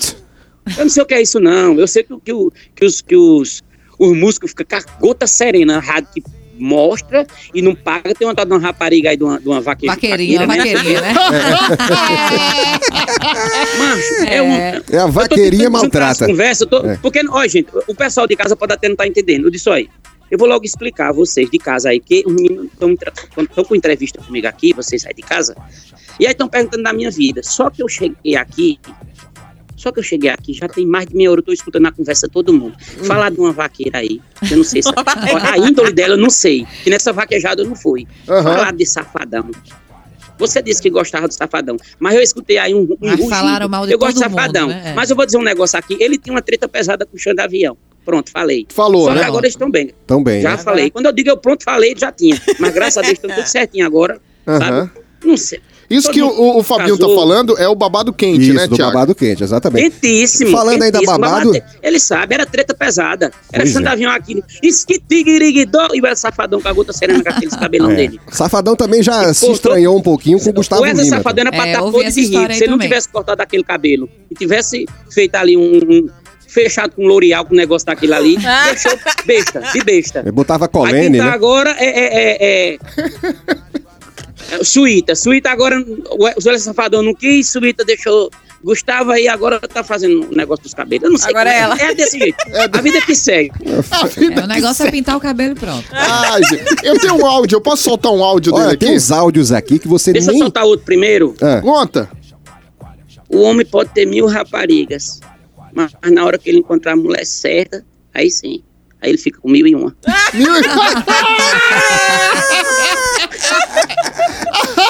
G: Eu não sei o que é isso, não. Eu sei que, o- que, o- que os, que os, os músicos ficam com a gota serena, a rádio que mostra e não paga. Tem uma tal de uma rapariga aí, de uma, de uma vaqueira.
E: Vaqueirinha, vaqueirinha, né?
G: Mas é, um,
D: É a vaqueirinha maltrata.
G: Conversa, eu tô-
D: É.
G: Porque, ó, gente, o pessoal de casa pode até não estar entendendo. Eu disse, olha, eu vou logo explicar a vocês de casa aí, que os meninos estão com entrevista comigo aqui, vocês aí de casa, e aí estão perguntando da minha vida. Só que eu cheguei aqui, só que eu cheguei aqui, já tem mais de meia hora, eu tô escutando a conversa de todo mundo. Falar de uma vaqueira aí, eu não sei se... a índole dela eu não sei, que nessa vaquejada eu não fui.
B: Aham.
G: Falar de safadão. Você disse que gostava do safadão, mas eu escutei aí um. um
E: Mas
G: rugido.
E: falaram mal de
G: Eu gosto
E: todo
G: de safadão.
E: mundo, né? É.
G: Mas eu vou dizer um negócio aqui. Ele tem uma treta pesada com o chão de avião. Pronto, falei.
B: Falou,
G: Só
B: né?
G: que agora eles estão bem.
D: Tão bem,
G: Já
D: né?
G: falei. Quando eu digo eu pronto, falei, já tinha. Mas graças a Deus estão tudo certinho agora.
B: Aham.
G: Não sei.
D: Tá
B: Isso que o, o Fabinho tá
G: Casou.
B: falando é o babado quente,
D: Isso,
B: né,
D: do
B: Tiago?
D: babado quente, exatamente.
G: Quentíssimo.
D: Falando aí da
G: quentíssimo,
D: babado?
G: babate- Ele sabe, era treta pesada. Era
D: Pois
G: chão de
D: é.
G: avião aqui. Esquitigiriguidó. E era safadão com a gota serena com aqueles cabelos
D: É.
G: dele.
D: Safadão também já se
G: cortou-
D: estranhou um pouquinho com o Gustavo
G: o Wesley
D: Lima. tá?
G: Safadão era pra
E: É,
G: estar
E: ouvi
G: todo
E: essa
G: de
E: história
G: rico.
E: aí
G: Se ele não
E: também.
G: tivesse cortado aquele cabelo e tivesse feito ali um... um- fechado com L'Oreal, com o negócio daquele ali,
E: Ah.
G: deixou besta, de besta.
D: Ele botava
G: Aí quem
D: colene,
G: tá
D: É né?
G: agora é... é, é, é... é Suíta. Suíta agora... O Wesley Safadão não quis, Suíta deixou... Gustavo aí agora tá fazendo um negócio dos cabelos. Eu não sei.
C: Agora
G: como
C: é ela.
G: É desse jeito. A vida que segue.
B: A vida
C: tá
E: É, o negócio é pintar o cabelo e pronto.
B: Ai, gente. Eu tenho um áudio, eu posso soltar um áudio dele
D: Olha,
B: aqui?
D: tem uns áudios aqui que você
G: Deixa eu
D: nem...
G: soltar outro primeiro.
D: Ah,
B: Conta.
G: O homem pode ter mil raparigas, mas na hora que ele encontrar a mulher certa, aí sim. Aí ele fica com mil e uma.
B: Mil e-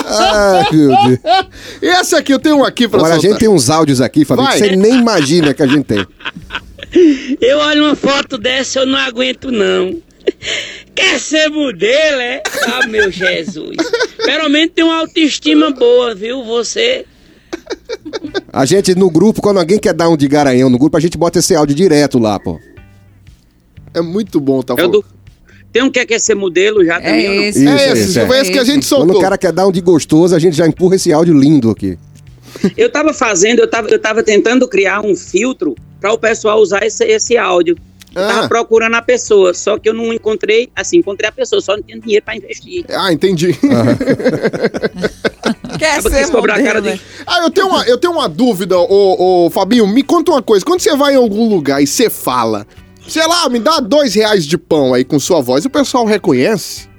D: ah, meu Deus.
B: Esse aqui, eu tenho um aqui pra
D: Agora a
B: soltar.
D: gente tem uns áudios aqui, Fabinho, que
B: Vai.
D: você nem imagina que a gente tem.
G: Eu olho uma foto dessa, eu não aguento não. Quer ser modelo, é? Ah, meu Jesus. Pelo menos tem uma autoestima boa, viu? Você.
D: A gente, no grupo, quando alguém quer dar um de garanhão no grupo, a gente bota esse áudio direto lá, pô.
B: É muito bom, tá
G: É o
B: bom?
G: do... Tem um que quer ser modelo já
E: É
G: também. ou não?
E: esse.
D: Isso,
B: É esse,
D: esse, é.
B: foi esse que a gente
D: Quando
B: soltou.
D: o cara quer dar um de gostoso, a gente já empurra esse áudio lindo aqui.
G: Eu tava fazendo, eu tava, eu tava tentando criar um filtro para o pessoal usar esse, esse áudio. Eu
B: Ah.
G: tava procurando a pessoa, só que eu não encontrei, assim, encontrei a pessoa, só não tinha dinheiro para investir.
B: Ah, entendi.
C: Quer
G: Acaba que
C: É ser
G: eles cobram a
C: modelo,
G: cara de-
C: né?
B: Ah, eu tenho uma, eu tenho uma dúvida, ô, ô, Fabinho, me conta uma coisa. Quando você vai em algum lugar e você fala, sei lá, me dá dois reais de pão aí com sua voz, o pessoal reconhece?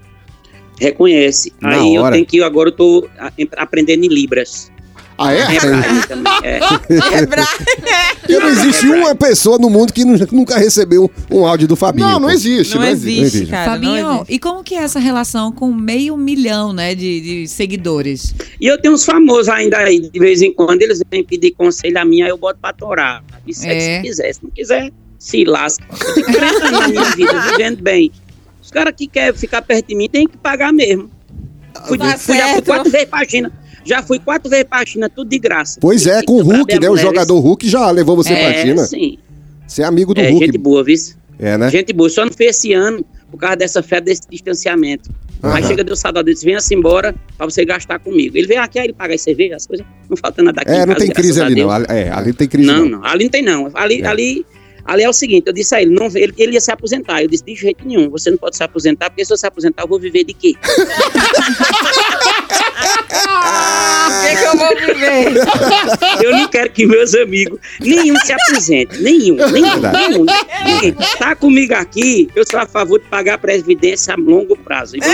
C: é.
G: Reconhece.
D: Na
G: Aí eu
D: hora.
G: tenho que, agora eu tô a- em- aprendendo em Libras.
B: Ah, é?
G: Hebraico também, é.
C: É bra-
D: E não existe uma pessoa no mundo que nu- nunca recebeu um áudio do Fabinho.
B: Não, não
D: pô.
B: existe,
C: Não
B: não existe.
C: existe,
D: existe.
C: cara. não
E: Fabinho,
C: existe.
E: e como que é essa relação com meio milhão, né, de, de seguidores?
G: E eu tenho uns famosos ainda aí, de vez em quando, eles vêm pedir conselho a mim, aí eu boto pra torar. Isso é.
E: É.
G: se quiser, se não quiser, se lasca. Eu tenho 40 anos na minha vida, vivendo bem. Os caras que querem ficar perto de mim têm que pagar mesmo. Fui,
C: Tá
G: fui- já fui
C: certo.
G: quatro vezes pra China. Já fui quatro vezes pra China, tudo de graça.
D: Pois é, com o Hulk, né? O jogador Hulk já levou você pra
G: é,
D: China.
G: sim.
D: Você é amigo do
G: É
D: Hulk.
G: gente boa, viu?
D: É, né?
G: Gente boa. Só não foi esse ano por causa dessa festa, desse distanciamento. Aí
D: Aham.
G: chega deu saudade, eu disse, venha-se assim embora pra você gastar comigo. Ele vem aqui, aí ele paga as cervejas, as coisas. Não falta nada aqui. em
D: É, não
G: casa,
D: tem
G: graças
D: crise
G: a
D: ali,
G: Deus.
D: não. Ali- É, ali não tem crise,
G: Não,
D: não.
G: não, ali não tem não. Ali,
D: É.
G: ali, ali é o seguinte, eu disse a ele, não, ele, ele ia se aposentar. Eu disse, de jeito nenhum, você não pode se aposentar, porque se eu se aposentar, eu vou viver de quê?
C: O que, que eu vou viver?
G: Eu não quero que meus amigos, nenhum se aposente, nenhum, nenhum,
D: É Verdade.
G: nenhum, né? ninguém. Tá comigo aqui, eu sou a favor de pagar a previdência a longo prazo. E vou-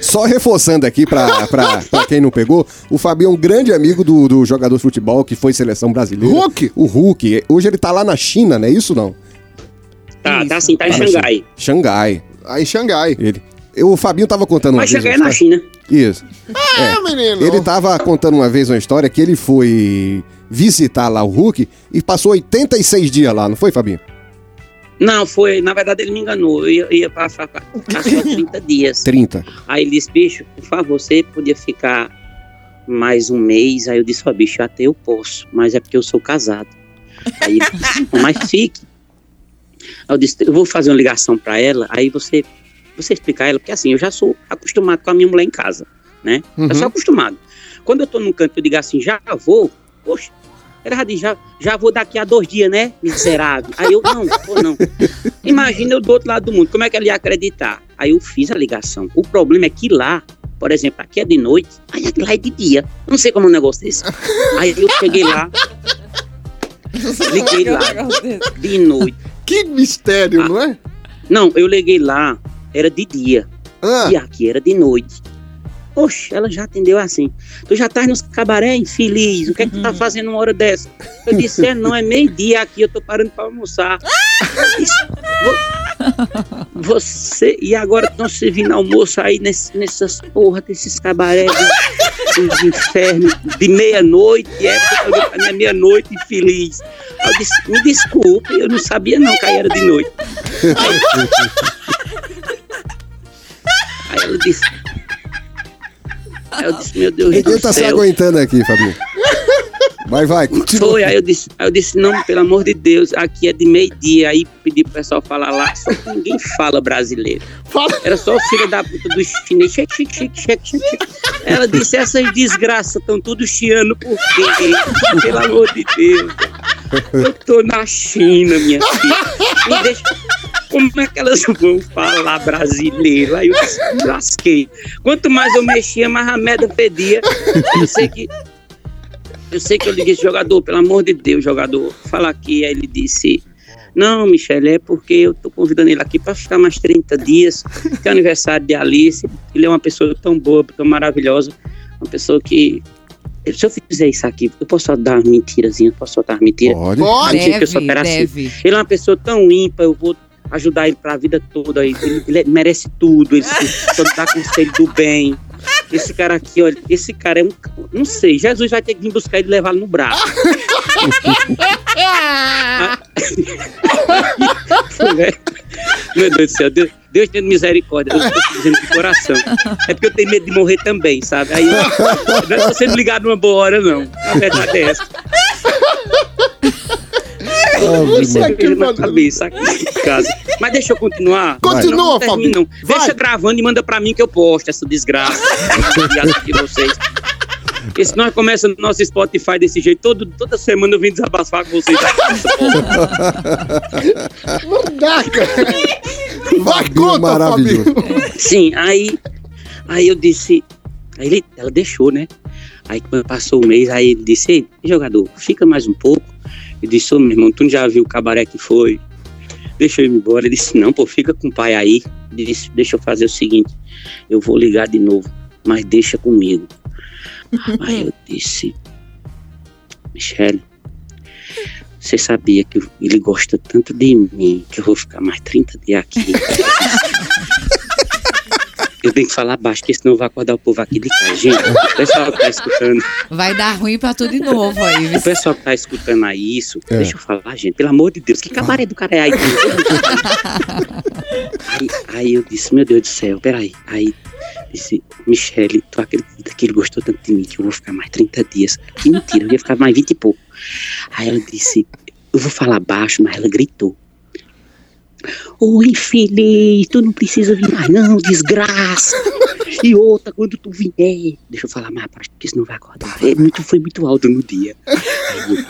D: Só reforçando aqui pra, pra, pra quem não pegou, o Fabinho é um grande amigo do, do jogador de futebol que foi seleção brasileira.
B: Hulk?
D: O Hulk. Hoje ele tá lá na China, não é isso não?
G: Tá, tá assim, tá em
D: Tá na
G: Xangai.
D: Xangai.
B: Aí em Xangai.
D: Ele. Eu, o Fabinho tava contando uma
G: Mas
D: vez.
G: cheguei
D: uma
G: na
D: história-
G: China.
D: Isso.
B: É, menino.
D: Ele tá tava contando uma vez uma história que ele foi visitar lá o Hulk e passou 86 dias lá, não foi, Fabinho?
G: Não, foi. Na verdade, ele me enganou. Eu ia, ia passar pra- passou 30 dias.
D: 30.
G: Aí ele disse, bicho, por favor, você podia ficar mais um mês. Aí eu disse, ó, bicho, até eu posso, mas é porque eu sou casado. Aí ele disse, "Não, mas fique. Aí eu disse, eu vou fazer uma ligação pra ela, aí você, você explicar a ela, porque assim, eu já sou acostumado com a minha mulher em casa, né? Eu sou acostumado. Quando eu tô num canto, eu digo assim, já vou, poxa, ela já diz, já, já vou daqui a dois dias, né, miserável? Aí eu, não, vou não. Imagina eu do outro lado do mundo, como é que ela ia acreditar? Aí eu fiz a ligação. O problema é que lá, por exemplo, aqui é de noite, aí lá é de dia. Eu não sei como é um negócio desse. Aí eu cheguei lá, liguei lá, de noite.
B: Que
D: Ah,
B: mistério, não é?
G: Não, eu liguei lá, era de dia,
B: Ah,
G: e aqui era de noite. Poxa, ela já atendeu assim. Tu já tá nos cabaré, infeliz. O que é que tu tá fazendo uma hora dessa? Eu disse, é não, é meio-dia aqui, eu tô parando pra almoçar. Ela disse, "Vo- Você, e agora não se vindo almoço aí nesse- nessas porra desses cabaré de, de inferno, de meia-noite, é, porque eu vou pra minha meia-noite infeliz. Aí Eu disse, me desculpe, eu não sabia não que aí era de noite. Aí ela disse. Aí eu disse, meu Deus
D: Ninguém
G: do
D: tá se
G: céu.
D: aguentando aqui, Fabinho. Vai, vai, continua.
G: Foi, aí eu disse, aí eu disse, não, pelo amor de Deus, aqui é de meio-dia. Aí pedi pro pessoal falar lá, só que ninguém fala brasileiro.
B: Fala.
G: Era só o filho da puta dos chineses. Cheque, cheque, cheque, cheque, cheque, cheque. Ela disse, essas desgraças estão tudo chiando por quê? Pelo amor de Deus. Eu tô na China, minha filha. Me deixa... Como é que elas vão falar brasileiro? Aí eu disse, lasquei. Quanto mais eu mexia, mais a merda pedia. Eu sei que eu sei que eu liguei esse jogador, pelo amor de Deus, jogador, fala aqui. Aí ele disse: Não, Michele, é porque eu tô convidando ele aqui para ficar mais 30 dias, que é o aniversário de Alice. Ele é uma pessoa tão boa, tão maravilhosa, uma pessoa que. Se eu fizer isso aqui, eu posso só dar uma mentirazinha, eu posso soltar uma mentira.
D: Pode.
B: pode.
G: Mentira que eu só quero assim.
E: deve.
G: Ele é uma pessoa tão ímpar, eu vou ajudar ele pra vida toda. Ele, ele é- merece tudo, ele se- só dá conselho do bem. Esse cara aqui, olha, esse cara é um. Não sei, Jesus vai ter que vir buscar ele e levar ele no braço. Meu Deus do céu, Deus, Deus tendo misericórdia, eu estou dizendo de coração. É porque eu tenho medo de morrer também, sabe? Aí não é só sendo ligado numa boa hora, não. A verdade é essa. Isso
B: Maria.
G: aqui na cabeça aqui em casa. Mas deixa eu continuar.
B: Continua,
G: não, não termino,
B: Fabinho.
G: não.
B: Vai.
G: Deixa gravando e manda pra mim que eu posto essa desgraça. essa piada de vocês. Porque se nós começamos no nosso Spotify desse jeito, todo, toda semana eu vim desabafar com vocês aqui. nessa porra.
B: Não dá, cara. Vai, conta,
D: maravilhoso.
B: Fabinho.
G: Sim, aí, aí eu disse. Aí ele, ela deixou, né? Aí quando passou o mês, aí ele disse: Ei, jogador, fica mais um pouco. Eu disse: Ô meu irmão, tu não já viu o cabaré que foi? Deixa eu ir embora. Ele disse: Não, pô, fica com o pai aí. Ele disse: Deixa eu fazer o seguinte, eu vou ligar de novo, mas deixa comigo. aí eu disse: Michele, você sabia que ele gosta tanto de mim que eu vou ficar mais 30 dias aqui? Eu tenho que falar baixo, porque senão eu vou acordar o povo aqui de casa. Gente, o pessoal que tá escutando,
E: Vai dar ruim pra tu de novo aí.
G: o pessoal que tá escutando aí isso, deixa eu falar, gente, pelo amor de Deus, que cabaré do cara é aí? aí? Aí eu disse, meu Deus do céu, peraí. Aí disse, Michele, tu acredita que ele gostou tanto de mim que eu vou ficar mais 30 dias? Que mentira, eu ia ficar mais 20 e pouco. Aí ela disse, eu vou falar baixo, mas ela gritou. Ô infeliz, tu não precisa vir mais não, desgraça. E outra, quando tu vier, deixa eu falar mais baixo, porque senão vai acordar. É muito, foi muito alto no dia. Aí eu,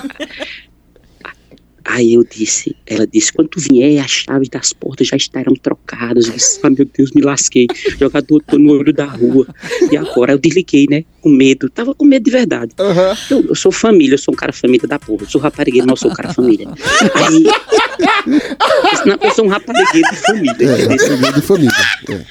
G: aí eu disse, ela disse, quando tu vier, as chaves das portas já estarão trocadas. Eu disse, ah, meu Deus, me lasquei. Jogador, tô no olho da rua. E agora eu desliguei, né? Com medo. Tava com medo de verdade.
B: Aham.
G: Eu, eu sou família, eu sou um cara família da porra. Eu sou raparigueiro, não eu sou um cara família. Aí. Não, eu sou um raparigueiro de família.
D: É,
G: entendeu?
D: é de família. É.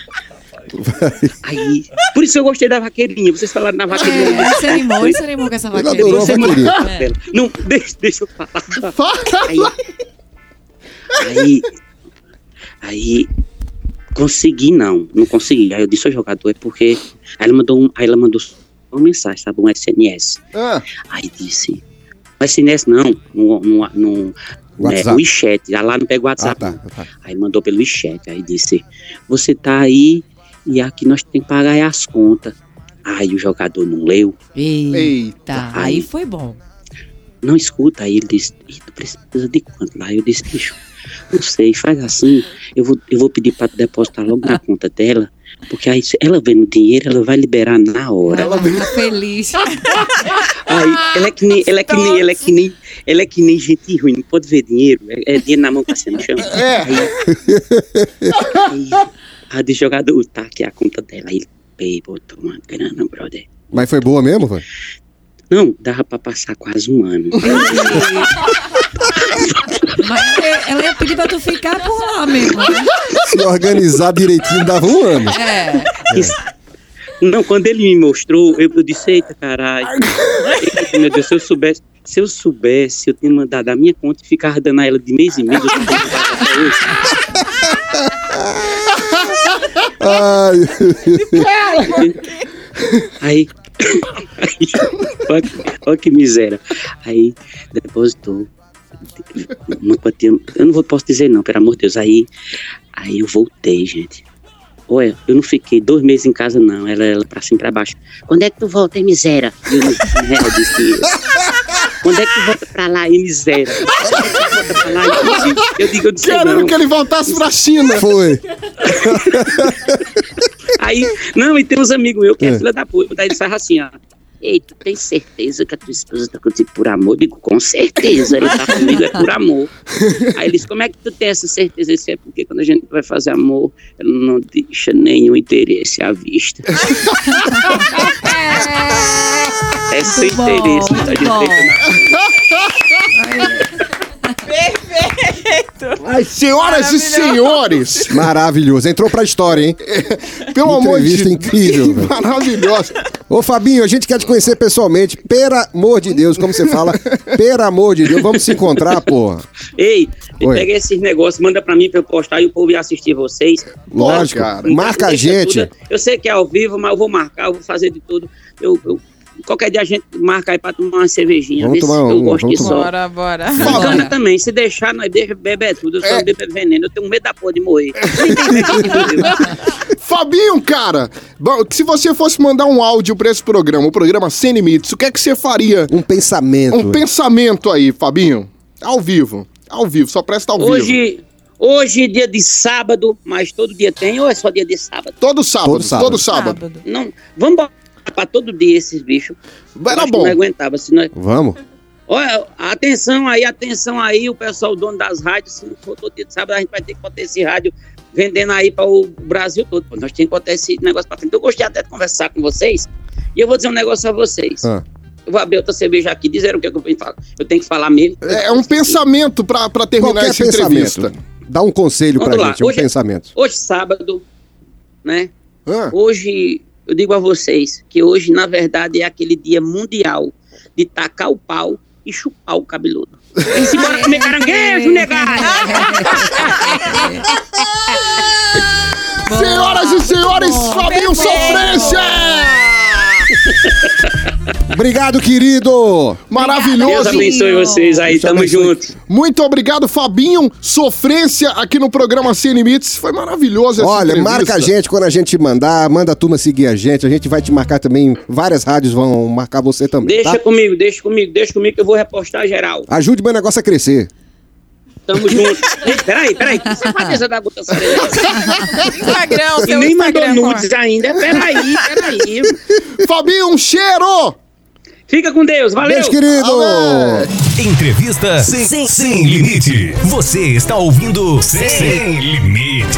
G: Aí. Por isso eu gostei da vaqueirinha. Vocês falaram na vaqueirinha. eu
E: É,
G: gostei.
E: se animou, ele se animou com essa
D: Ele
E: vaqueira.
D: adorou a
G: Você mandou
D: vaqueirinha.
G: pra ela. É. Não, deixa, deixa eu falar.
B: Fala.
G: Aí. Aí. Aí. Consegui não, não consegui. Aí eu disse ao jogador, é porque. Aí ela mandou, um, aí ela mandou uma mensagem, sabe? Um SMS.
B: Ah,
G: Aí disse, um SMS não, no, no, é, no
D: WhatsApp.
G: é, WeChat. Lá não pega o
D: Ah,
G: WhatsApp.
D: tá.
G: não.
D: tá.
G: Aí mandou pelo WeChat, aí disse, você tá aí e aqui nós tem que pagar é as contas. Aí o jogador não leu,
E: Eita, aí foi bom.
G: não escuta, aí ele disse, "Ih, tu precisa de quanto lá? Eu disse, bicho, não sei, faz assim, eu vou, eu vou pedir pra tu depositar logo na conta dela, porque aí se ela vendo o dinheiro, ela vai liberar na hora.
E: Ela fica feliz.
G: Aí, ela é que nem, ela é que nem, ela é que nem, ela é que nem gente ruim, não pode ver dinheiro, é, é dinheiro na mão que você não chama. Aí, aí, a de jogador, tá aqui a conta dela, aí ele "Pei, botou uma grana, brother.
D: Mas foi boa mesmo, foi?
G: Não, dava pra passar quase um ano.
E: Mas é- ela ia pedir pra tu ficar por lá mesmo. né?
D: Se organizar direitinho, dava um ano.
E: É.
G: Não, quando ele me mostrou, eu, eu disse, eita, caralho. Eita, Meu Deus, se eu soubesse, se eu soubesse, eu tinha mandado a minha conta e ficava dando a ela de mês em mês, eu tinha mandado até hoje.
D: Ai,
G: Aí, aí olha, que- olha que miséria. Aí, depositou. Uma quantia- Eu não vou, posso dizer não, pelo amor de Deus. Aí, aí eu voltei, gente. Olha, eu não fiquei dois meses em casa, não. Ela, ela pra cima e pra baixo. Quando é que tu volta, hein, miséria? E eu na real disse que... Quando é que tu volta pra lá, hein, miséria? Quando é que tu volta pra lá? Eu digo, eu, digo, eu disse
B: querendo
G: não.
B: que ele voltasse pra China.
D: foi.
G: Aí, não, e tem uns amigos meus que é,
D: É.
G: filha da puta. Daí eles falam assim, ó. Ei, tu tem certeza que a tua esposa tá contigo por amor? Eu digo, com certeza, ela tá comigo é por amor. Aí eles, como é que tu tem essa certeza? Isso é porque quando a gente vai fazer amor, ela não deixa nenhum interesse à vista. é sem
E: Muito bom,
G: interesse,
E: muito
G: tá de
E: bom.
G: frente na
B: Ai, senhoras e senhores,
D: Maravilhoso. Entrou pra história, hein?
B: pelo amor de
D: Entrevista incrível, velho.
B: Maravilhosa.
D: Ô, Fabinho, a gente quer te conhecer pessoalmente. Pelo amor de Deus, como você fala? Pelo amor de Deus, vamos se encontrar, porra.
G: Ei,
D: Oi.
G: pega esses negócios, manda pra mim pra eu postar e o povo ia assistir vocês.
D: Lógico.
B: cara.
D: Marca a
G: Deixa
D: gente.
G: tudo. Eu sei que é ao vivo, mas eu vou marcar, eu vou fazer de tudo. Eu, eu- qualquer dia a gente marca aí pra tomar uma cervejinha.
D: Vamos
G: vê se
D: tomar
G: eu
D: uma,
G: gosto
D: vamos
G: disso.
D: tomar. um.
C: Bora, bora.
G: Cana
E: Bora.
G: também, se deixar, nós deixa beber tudo. Eu só
B: É.
G: não bebo veneno, eu tenho medo da porra de morrer.
B: Fabinho, cara, bom, se você fosse mandar um áudio pra esse programa, o programa Sem Limites, o que é que você faria?
D: Um pensamento.
B: Um pensamento aí, Fabinho. Ao vivo. Ao vivo, só presta ao vivo.
G: hoje, hoje é dia de sábado, mas todo dia tem, ou é só dia de sábado?
B: Todo sábado, todo
D: Todo
B: sábado.
D: sábado.
G: Não, vamos botar pra todo dia esses bichos.
D: tá
G: Eu
B: Era
G: acho que
B: bom.
G: Não aguentava, é se nós,
D: Vamos?
G: Olha, atenção aí, atenção aí, o pessoal, o dono das rádios, se não for todo dia de sábado, a gente vai ter que botar esse rádio vendendo aí para o Brasil todo. Pô, nós temos que botar esse negócio para frente. Eu gostei até de conversar com vocês, e eu vou dizer um negócio a vocês.
D: Ah.
G: Eu vou abrir outra cerveja aqui, dizer o que, é que eu, tenho que falar. eu tenho que falar mesmo.
B: É é um pensamento pra, pra terminar
D: Qualquer
B: essa
D: pensamento.
B: entrevista.
D: Dá um conselho pra
G: Vamos lá.
D: gente, um
G: Hoje é-
D: pensamento.
G: Hoje, sábado, né?
B: Hã?
G: Hoje, eu digo a vocês que hoje, na verdade, é aquele dia mundial de tacar o pau e chupar o cabeludo. E
E: É.
G: se bora comer caranguejo, negado!
B: Senhoras e senhores, Fabinho Sofrência!
D: Obrigado, querido!
G: Deus
B: Maravilhoso.
G: abençoe vocês aí,
D: Deus
G: tamo
D: abençoe.
G: junto.
B: Muito obrigado, Fabinho. Sofrência aqui no programa Sem Limites. Foi maravilhoso essa
D: Olha,
B: entrevista.
D: marca a gente quando a gente te mandar, manda a turma seguir a gente, a gente vai te marcar também, várias rádios vão marcar você também,
G: Deixa
D: tá?
G: comigo, deixa comigo, deixa comigo que eu vou repostar geral.
D: Ajude meu negócio a crescer.
G: Tamo junto. Ei, peraí, peraí. que safadeza da gota Serena?
C: Instagram,
G: E
C: seu
G: nem mandou
C: Instagram. qual é?
G: nudes ainda. Peraí, peraí.
B: Fabinho, um cheiro!
G: Fica com Deus, valeu.
D: Beijo, querido!
H: Entrevista sem, sem, limite. Você está ouvindo Sem, Limites.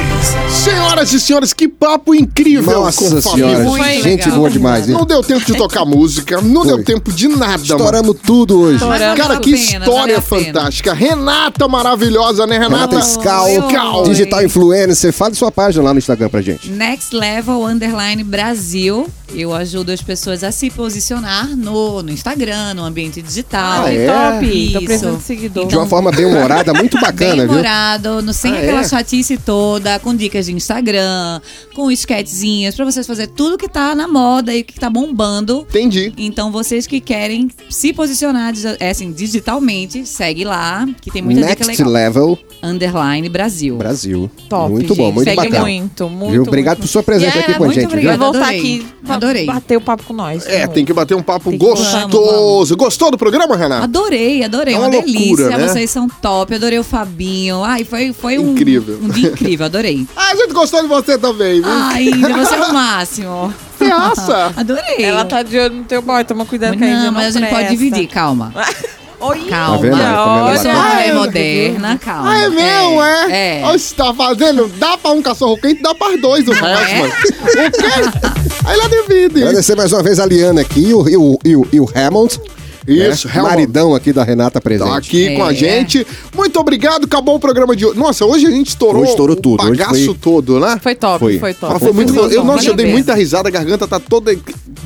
B: Senhoras e senhores, que papo incrível com
D: Nossa
B: o
D: senhora,
B: Fabinho.
C: Foi
D: gente
C: legal.
D: boa demais, hein?
B: Não deu tempo de tocar música, não
D: Foi.
B: deu tempo de nada, mano.
D: Estouramos tudo hoje.
E: Mas valeu
B: Cara,
E: a
B: que
E: pena,
B: história
E: valeu a pena.
B: fantástica. Renata maravilhosa, né, Renata?
D: Renata Scal,
B: Scal.
D: Digital Influencer, fala sua página lá no Instagram pra gente.
E: Next Level Underline Brasil. Eu ajudo as pessoas a se posicionar no, no Instagram, no ambiente digital.
D: Ah, é?
C: Top. Tô
E: Isso.
C: precisando de seguidor.
D: De uma forma bem humorada, muito bacana,
E: Bem
D: viu?
E: morado, no, sem
D: Ah,
E: aquela
D: é?
E: chatice toda, com dicas de Instagram, com esquetezinhas, pra vocês fazer tudo que tá na moda e que tá bombando.
B: Entendi.
E: Então, vocês que querem se posicionar digi- é, assim, digitalmente, segue lá, que tem muita dica
D: Next
E: legal.
D: Level
E: Underline Brasil.
D: Brasil.
C: Top,
D: muito
C: gente.
D: bom, muito
C: Segue
D: bacana.
C: muito, muito.
D: viu? Obrigado por
C: muito.
D: sua presença
E: Yeah,
D: aqui com a
E: muito
D: gente,
C: Vai
E: obrigada.
D: viu?
E: Obrigado,
C: voltar
E: adorei.
C: aqui. pra
E: Adorei.
C: Bater o papo com nós.
B: É,
C: Vamos.
B: tem que bater um papo
C: Tem que-
B: gostoso.
E: Vamos,
B: Gostou do programa, Renato?
E: Adorei, adorei.
B: É
E: uma,
B: uma
E: delícia.
B: loucura, né?
E: Vocês são top. Adorei o Fabinho. Ai, foi, foi um,
B: Incrível.
E: um dia incrível. Adorei.
B: Ah, a gente gostou de você também, viu?
E: Ai, você é o máximo.
B: Você acha?
E: Adorei.
C: Ela tá de olho no teu boy, toma cuidado com a Índia.
E: Não, mas a gente pode
C: presta.
E: dividir, calma.
C: Oi,
E: Calma.
D: Tá vendo? Tá
E: Eu
D: vendo?
E: sou
D: Ah,
E: uma mulher
B: é?
E: moderna, calma.
B: Ah, é meu, é?
E: É.
B: Você tá fazendo? Dá pra um cachorro quente, dá pra dois o resto,
E: é?
B: mano. O quê? Aí é lá divide.
D: Agradecer mais uma vez a Liana aqui e o, e o, e o, e o Hammond.
B: Isso,
D: né?
B: Hammond.
D: Maridão aqui da Renata presente.
B: Tá aqui
E: É.
B: com a gente. Muito obrigado, acabou o programa de hoje. Nossa, hoje a gente estourou,
D: Hoje estourou
B: o
D: tudo, hoje
B: bagaço
D: foi-
B: todo, né?
C: Foi top,
D: Foi.
C: foi,
B: Mas
C: top.
B: foi muito
E: Foi
B: bom. Eu,
E: bom,
B: nossa, eu
E: valeu
B: dei
E: mesmo.
B: muita risada, a garganta tá toda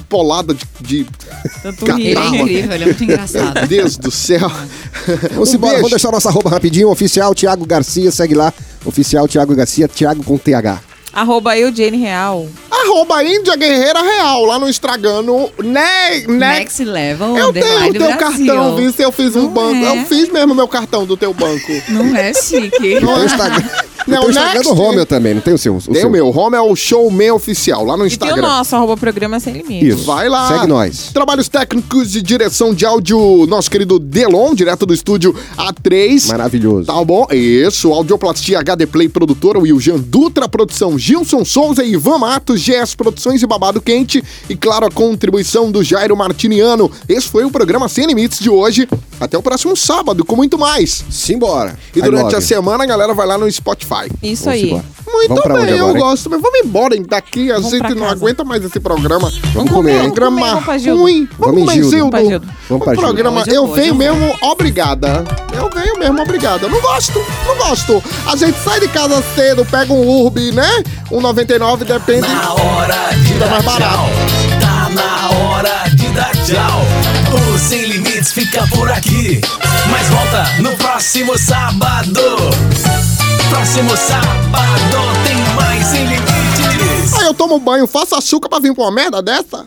B: polada de- de
C: Tanto
E: Ele é
C: rir.
E: incrível, ele é muito engraçado.
B: Deus do céu. Um
D: Vamos embora,
B: beijo.
D: vamos deixar nossa roupa rapidinho. Oficial Thiago Garcia, segue lá. Oficial Thiago Garcia, Thiago com TH.
C: Arroba eu, Jane Real.
B: Arroba Índia Guerreira Real, lá no Instagram, no ne ne
E: Next Level
B: Né? Eu tenho
E: Underline
B: o teu
E: Brasil.
B: cartão, viu? Se eu fiz um
E: Não
B: banco.
E: é.
B: Eu fiz mesmo meu cartão do teu banco.
E: Não é chique.
D: Tem o Instagram,
B: Não,
D: tem o Instagram
B: next.
D: do Romeu também, não tem o seu? O
B: Tem
D: seu.
B: o meu, Home é o showman oficial, lá no
C: E tem o
B: Instagram.
C: nosso, arroba programa sem limites.
D: Isso.
B: Vai lá.
D: Segue nós.
B: Trabalhos técnicos de direção de áudio, nosso querido Delon, direto do estúdio A3.
D: Maravilhoso.
B: Tá bom? Isso, Audioplastia HD Play Produtora, Wiljan Dutra Produção, Gilson Souza, Ivan Matos, GS Produções e Babado Quente e, claro, a contribuição do Jairo Martiniano. Esse foi o programa Sem Limites de hoje. Até o próximo sábado com muito mais.
D: Simbora.
B: E
D: I
B: durante
D: love.
B: a semana a galera vai lá no Spotify.
C: Isso
D: Vamos
C: aí.
D: embora.
B: Muito
D: Vamos pra
B: bem,
D: onde
B: eu
D: agora, hein?
B: gosto, mas vamos embora daqui, a gente
C: pra
B: não
C: casa.
B: aguenta mais esse programa.
D: Vamos comer, hein?
B: Programa
C: Vamos comer, vamos pra Gildo.
B: ruim.
D: Vamos em
B: comer,
D: Gildo.
B: Gildo.
C: Vamos pra Gildo.
D: Vamos pra
B: O
D: Gildo.
B: programa
E: Hoje eu
B: Eu
E: vou,
B: Venho
E: hoje eu
B: Mesmo, obrigada. Eu venho mesmo, obrigada. Eu Não gosto, não gosto. A gente sai de casa cedo, pega um Urb, né? Um 99, depende.
A: Na hora de
B: Tá
A: dar
B: mais barato.
A: tchau. Tá na hora de dar tchau. O Sem Limites fica por aqui. Mas volta no próximo sábado. Próximo sábado tem mais Sem Limites.
B: Aí eu tomo banho, faço açúcar pra vir pra uma merda dessa?